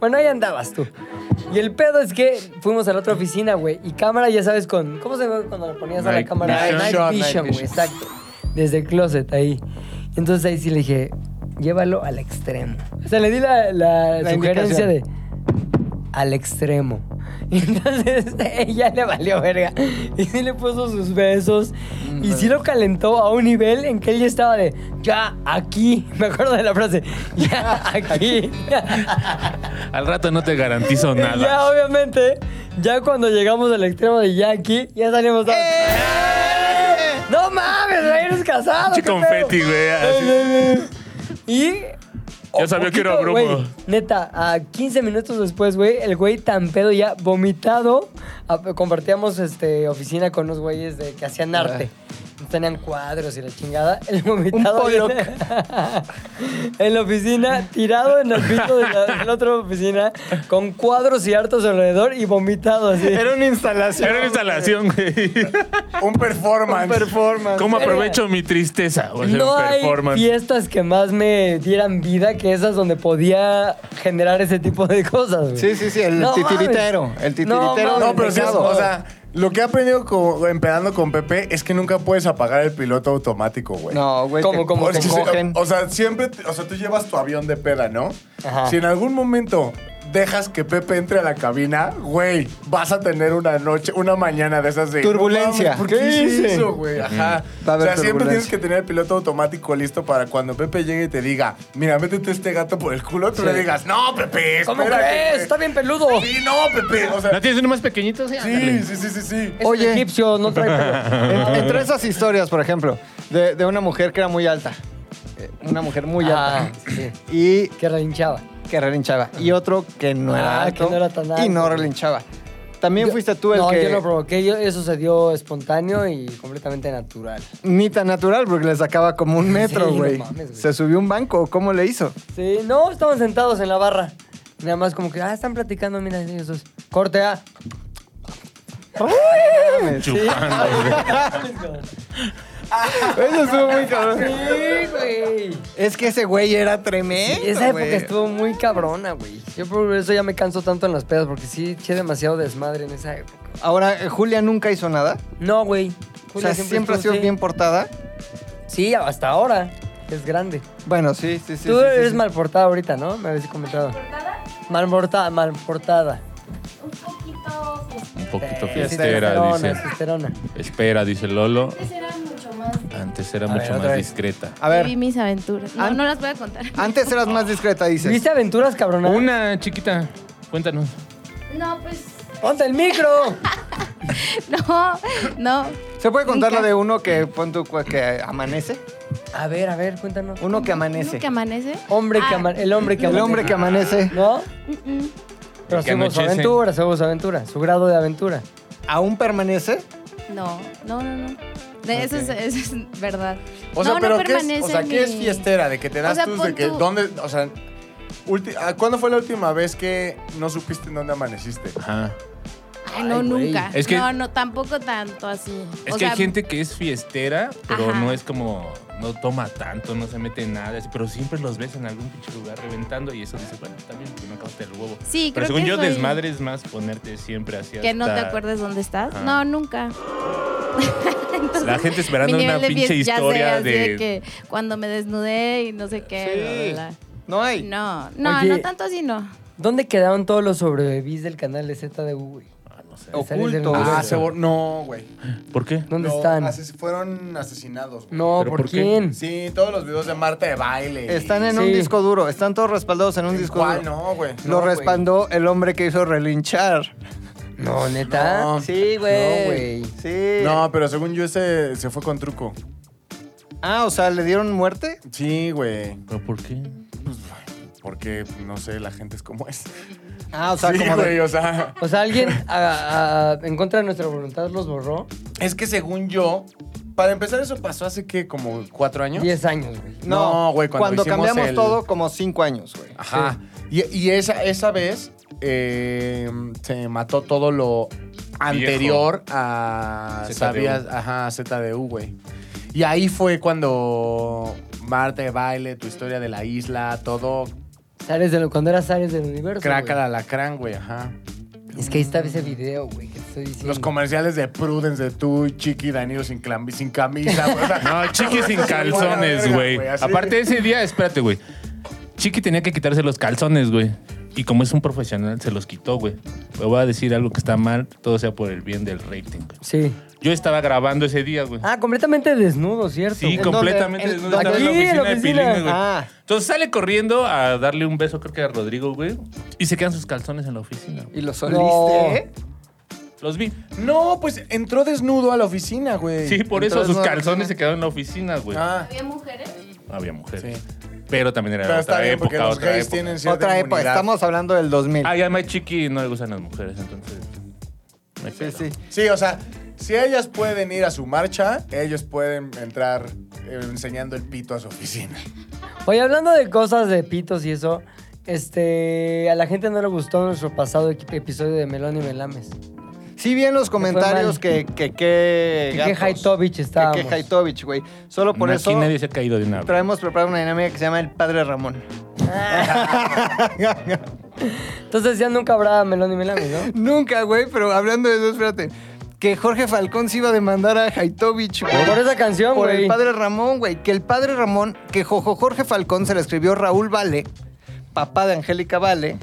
S2: Bueno, ahí andabas tú. Y el pedo es que fuimos a la otra oficina, güey. Y cámara, ya sabes, con. ¿Cómo se ve cuando le ponías a la
S3: Night
S2: cámara?
S3: vision.
S2: Night vision, güey, exacto. Desde el closet ahí. Entonces ahí sí le dije, llévalo al extremo. O sea, le di la, la
S7: La
S2: sugerencia
S7: indicación.
S2: de al extremo. Y entonces ella le valió verga. Y sí le puso sus besos. Y sí lo calentó a un nivel en que él ya estaba de, ya aquí. Me acuerdo de la frase, ya aquí.
S3: Al rato no te garantizo nada.
S2: Ya, obviamente, ya cuando llegamos al extremo de ya aquí, ya salimos todos. ¡No mames! güey, ¡Eres casado!
S3: Pinche
S2: qué pedo!
S3: confeti, güey, así.
S2: Ay, ay, ay. Y.
S3: Ya sabía que era
S2: poquito,
S3: broma.
S2: güey, Neta, a 15 minutos después, güey, el güey tan pedo ya vomitado. a- Compartíamos este, oficina con unos güeyes de, que hacían arte. Tenían cuadros y la chingada. El vomitado.
S7: Pollock.
S2: en la oficina, tirado en el piso de la, de la otra oficina, con cuadros y hartos alrededor y vomitado así.
S7: Era una instalación.
S3: Era una instalación, güey.
S4: Un performance.
S7: performance.
S3: ¿Cómo aprovecho mi tristeza? Voy a hacer
S2: No
S3: un
S2: hay
S3: performance.
S2: fiestas que más me dieran vida que esas donde podía generar ese tipo de cosas. güey.
S7: Sí, sí, sí, el
S2: No
S7: titiritero.
S2: mames.
S7: El titiritero.
S2: No,
S4: No, pero sí, es-
S7: pecado.
S4: o sea, lo que he aprendido co- empedando con Pepe es que nunca puedes apagar el piloto automático, güey.
S7: No, güey.
S2: ¿Cómo,
S7: te-
S2: cómo,
S7: porque
S4: Porque
S7: se
S4: se-
S7: cogen.
S4: o sea, siempre, te- o sea, tú llevas tu avión de peda, ¿no?
S2: Ajá.
S4: Si en algún momento dejas que Pepe entre a la cabina, güey, vas a tener una noche, una mañana de esas de
S7: Turbulencia.
S4: "No mames, ¿Por qué,
S7: ¿Qué
S4: hice
S7: hice?"
S4: eso, güey? Ajá.
S7: Va a
S4: O
S7: haber
S4: sea, siempre
S7: turbulencia.
S4: tienes que tener el piloto automático listo para cuando Pepe llegue y te diga, mira, métete este gato por el culo, tú le digas, no, Pepe,
S2: ¿Cómo
S4: espérate,
S2: crees?
S4: güey".
S2: Está bien peludo.
S4: Sí, no, Pepe. O sea,
S3: ¿No tienes uno más pequeñito? Sí.
S4: sí, sí, sí, sí, sí.
S2: Es
S7: Oye.
S2: un egipcio, no trae pelo.
S7: En- entre esas historias, por ejemplo, de, de una mujer que era muy alta. Eh, Una mujer muy
S2: Ah,
S7: alta. Y
S2: Que relinchaba.
S7: que relinchaba. Y otro que no era
S2: Ah,
S7: alto.
S2: que no era tan alto.
S7: Y no relinchaba. También fuiste tú el
S2: no,
S7: que...
S2: yo lo provoqué. yo- eso se dio espontáneo y completamente natural.
S7: Ni tan natural, porque le sacaba como un metro,
S2: Sí, no
S7: güey.
S2: mames, güey.
S7: Se subió a un banco. ¿Cómo le hizo?
S2: Sí, no, estaban sentados en la barra. Y Nada más como que, ah, están platicando, mira, ellos dos. Corte A.
S3: Chupando, güey.
S7: Eso estuvo muy cabrón.
S2: Sí, güey.
S7: Es que ese güey era tremendo.
S2: Esa época
S7: güey.
S2: estuvo muy cabrona, güey. Yo por eso ya me canso tanto en las pedas porque sí eché demasiado desmadre en esa época.
S7: Ahora, eh, Julia nunca hizo nada.
S2: No, güey.
S7: O sea,
S2: Julia
S7: siempre, ha
S2: estuvo
S7: sido
S2: así.
S7: bien portada.
S2: Sí, hasta ahora. Es grande.
S7: Bueno, sí, sí, sí.
S2: Tú
S7: sí, sí,
S2: eres
S7: sí.
S2: mal portada ahorita, ¿no? Me habías comentado.
S5: ¿Cortada?
S2: Mal portada, mal portada.
S5: Un poquito.
S3: Un poquito
S2: Sí,
S3: fiestera, dice.
S2: testosterona.
S3: Espera, dice Lolo.
S5: Antes pues eran mucho más.
S3: Antes era
S2: A ver,
S3: mucho
S2: otra
S3: más
S2: vez.
S3: discreta.
S7: A ver,
S8: Viví mis aventuras. No,
S7: An-
S8: no las voy a contar.
S4: Ah.
S7: antes eras más discreta, dices.
S2: ¿Viste aventuras, cabrona?
S3: Una chiquita, cuéntanos.
S5: No, pues.
S2: ¡Ponte el micro!
S8: No, no.
S7: ¿Se puede contar la
S8: Nunca.
S7: de uno que, pon tú, cua- que amanece?
S2: A ver, a ver, cuéntanos.
S7: Uno que amanece.
S8: ¿Uno que amanece?
S2: Hombre que
S8: Ah,
S2: ama- el hombre que
S7: El hombre que amanece
S2: ¿No?
S8: mm, mm.
S2: Pero
S3: que
S2: hacemos
S3: anochece.
S2: aventura, hacemos aventura. Su grado de aventura.
S7: aún permanece.
S8: No, no, no, no. De- Eso, es, eso es verdad.
S4: O sea,
S8: no,
S4: pero
S8: no
S4: ¿qué
S8: permanece
S4: es, o sea, ¿qué
S8: mi-
S4: es fiestera? De que te
S8: O
S4: das
S8: sea,
S4: tus,
S8: pon
S4: de que
S8: tú-
S4: dónde, o sea, ulti- ah, ¿cuándo fue la última vez que no supiste en dónde amaneciste?
S3: Ajá.
S8: Ay, no,
S2: Ay, güey.
S8: nunca.
S3: Es que-
S8: No, no, tampoco tanto así.
S3: Es
S8: O
S3: que
S8: sea,
S3: hay gente que es fiestera, pero
S8: Ajá.
S3: no es como. No toma tanto, no se mete en nada. así, Pero siempre los ves en algún pinche lugar reventando y eso dice, bueno, también, porque no acabaste el huevo.
S8: Sí,
S3: pero
S8: creo
S3: según
S8: que
S3: yo,
S8: soy-
S3: desmadre es más ponerte siempre así.
S8: Que no te
S3: hasta-
S8: acuerdes dónde estás.
S3: Ajá.
S8: No, nunca.
S3: La gente esperando
S8: Mi
S3: una
S8: nivel de
S3: pinche
S8: fiesta, ya sé,
S3: historia
S8: así de...
S3: de.
S8: que cuando me desnudé y no sé qué. bla, bla,
S7: No hay.
S8: bla. No, no,
S2: Oye.
S8: no tanto así no.
S2: ¿Dónde quedaron todos los sobrevividos del canal de ZDU, güey?
S3: Ah, no sé.
S7: Oculto.
S2: Ah,
S4: Ah, se bor- No, güey.
S3: ¿Por qué?
S2: ¿Dónde
S4: No,
S2: están?
S4: ases- fueron asesinados, güey.
S2: No,
S3: ¿Pero
S2: ¿por,
S3: por qué?
S2: quién?
S4: Sí, todos los videos de Marta de baile.
S7: Están en un
S2: Sí.
S7: disco duro. Están todos respaldados en un
S4: ¿En
S7: disco
S4: ¿Cuál?
S7: duro.
S4: No, güey.
S7: Lo respaldó el hombre que hizo relinchar.
S2: No, neta.
S4: No.
S2: güey.
S7: Sí,
S2: No, güey.
S7: Sí.
S4: No, pero según yo ese se fue con truco.
S7: Ah, o sea, ¿le dieron muerte?
S4: Sí, güey.
S3: ¿Pero por qué?
S4: Porque, no sé, la gente es como es.
S7: Ah, o sea,
S4: sí,
S7: como de-
S4: güey, o sea...
S2: O sea, alguien a- a- en contra de nuestra voluntad los borró.
S4: Es que según yo, para empezar eso pasó hace, que ¿Como cuatro años?
S2: 10 años, güey.
S7: No,
S4: No,
S7: güey,
S4: güey, cuando
S7: cuando, Ah,
S4: hicimos
S7: cambiamos
S4: el-
S7: todo, como cinco años, güey.
S4: Ajá. Y, y esa, esa vez eh, se mató todo lo anterior a
S3: ZDU.
S4: sabías, ajá, ZDU, güey. Y ahí fue cuando Marte baile, tu historia de la isla, todo
S2: Sales del, cuando eras Ares del universo.
S4: craca la alacrán, güey, ajá.
S2: güey. Es que ahí está ese video, güey, que te estoy diciendo.
S4: Los comerciales de Prudence de tú, Chiqui Danilo sin, clam- sin camisa, güey. o sea,
S3: No, Chiqui sin calzones,
S4: Verga,
S3: güey.
S4: güey, así.
S3: Aparte ese día, espérate, güey. Chiqui tenía que quitarse los calzones, güey. Y como es un profesional, se los quitó, güey. voy a decir algo que está mal, todo sea por el bien del rating. güey.
S2: Sí.
S3: Yo estaba grabando ese día, güey.
S2: Ah, completamente desnudo, ¿cierto?
S3: Sí,
S7: ¿En
S3: completamente
S7: dónde? ¿En
S3: desnudo. Estaba
S2: dónde?
S3: en la
S2: Aquí, en la
S3: oficina
S2: oficina.
S3: de Pilinga, güey.
S7: Ah.
S3: Entonces sale corriendo a darle un beso, creo que a Rodrigo, güey. Y se quedan sus calzones en la oficina. güey.
S7: Y lo soliste,
S2: No.
S7: ¿eh?
S3: Los vi.
S4: No, pues entró desnudo a la oficina, güey.
S3: Sí, por eso
S7: entonces
S3: sus
S7: no-
S3: calzones se quedaron en la oficina, güey.
S4: Ah,
S5: ¿Había mujeres?
S3: No había mujeres.
S4: Sí.
S3: Pero también era
S4: pero Ah, está
S3: otra
S4: bien porque
S3: época,
S4: los
S3: otra
S4: gays
S3: época.
S4: tienen cierta
S7: Otra época,
S4: inmunidad.
S7: estamos hablando del 2000.
S3: Ah, ya más chiqui no le gustan las mujeres, entonces. no hay
S7: sí,
S3: pedo.
S7: sí.
S4: Sí, o sea, si ellas pueden ir a su marcha, ellos pueden entrar eh, enseñando el pito a su oficina.
S2: Oye, hablando de cosas de pitos y eso, este, a la gente no le gustó nuestro pasado equi- episodio de Melón y Melames.
S7: Sí vi en los comentarios
S2: mal.
S7: que que que
S2: Que
S7: gatos.
S2: qué Haitovich estábamos.
S7: Que que Haitovich, güey. Solo por
S3: Aquí
S7: eso
S3: nadie se ha caído de nada.
S7: traemos preparada una dinámica que se llama el Padre Ramón.
S2: Entonces ya nunca habrá Melón y Melames, ¿no?
S7: Nunca, güey, pero hablando de eso, espérate. Que Jorge Falcón se iba a demandar a Haitovich, güey.
S2: Por esa canción,
S7: Por el
S2: güey.
S7: padre Ramón, güey. Que el padre Ramón, que Jojo Jorge Falcón se le escribió Raúl Vale, papá de Angélica Vale,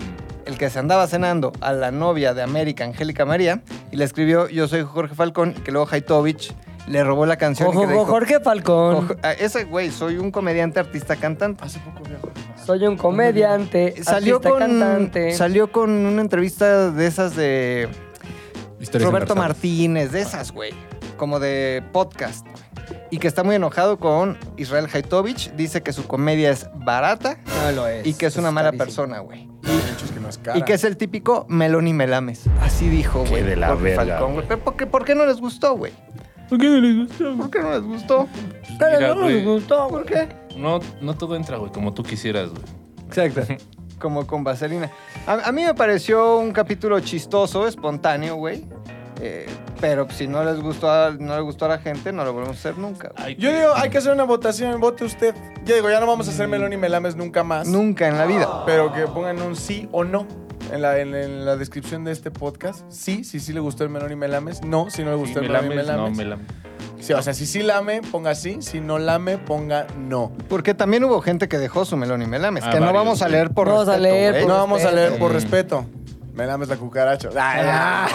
S7: el que se andaba cenando a la novia de América, Angélica María, y le escribió Yo soy Jorge Falcón, que luego Haitovich le robó la canción. y que
S2: Ojo,
S7: le
S2: ojo,
S7: dijo,
S2: Jorge Falcón.
S7: "Jojo- a Ese güey, soy un comediante, artista, cantante.
S4: Hace poco vi a Jorge Mazón.
S2: Soy un comediante,
S7: Salió
S2: artista,
S7: con,
S2: cantante.
S7: salió con una entrevista de esas de
S3: Historias
S7: Roberto
S3: embarazadas.
S7: Martínez, de esas, güey. Como de podcast, güey. Y que está muy enojado con Israel Haitovich. Dice que su comedia es barata
S2: No lo es.
S7: y que es una mala
S2: carísimo.
S7: persona, güey.
S4: De hecho, es que no es cara.
S7: Y que es el típico melón y melames. Así dijo, güey.
S3: de la
S7: Jorge
S3: verga,
S7: Falcón, güey. Pero ¿por qué, por qué no les gustó, güey?
S3: ¿Por qué no les gustó?
S7: ¿Por qué no les gustó?
S2: Pero
S3: Mira,
S2: no nos
S3: güey.
S2: gustó, ¿por qué?
S3: No, no todo entra, güey, como tú quisieras, güey.
S7: Exacto. Como con vaselina. A, a mí me pareció un capítulo chistoso, espontáneo, güey. Eh, pero si no les gustó a, no le gustó a la gente, no lo volvemos a hacer nunca. güey.
S3: Ay,
S4: Yo
S3: qué-
S4: digo, hay que hacer una votación, vote usted. Yo digo, ya no vamos a hacer melón y melames nunca más.
S7: Nunca en la vida.
S4: Pero que pongan un sí o no en la, en, en la descripción de este podcast. Sí, si sí le gustó el melón y melames. No, si no le
S3: Sí,
S4: gustó
S3: me
S4: el melón y
S3: lames, no,
S4: melames.
S3: me lames.
S4: Sí, o sea, si sí lame, ponga sí. Si no lame, ponga no.
S7: Porque también hubo gente que dejó su melón y melames,
S3: Ah,
S7: que no
S3: varios,
S7: vamos a
S3: sí.
S7: leer por
S2: No vamos a
S7: respeto,
S2: leer
S7: güey.
S2: por
S4: no vamos a leer por
S3: Mm.
S4: respeto. Eh. Ah, Melames la cucaracha. Ay,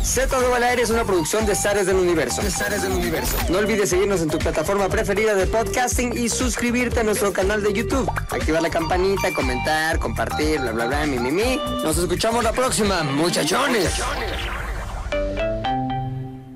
S1: Z de al aire es una producción de Zares del Universo. del Universo. No olvides seguirnos en tu plataforma preferida de podcasting y suscribirte a nuestro canal de YouTube. Activar la campanita, comentar, compartir, bla, bla, bla, mi, mi, mi. Nos escuchamos la próxima, muchachones.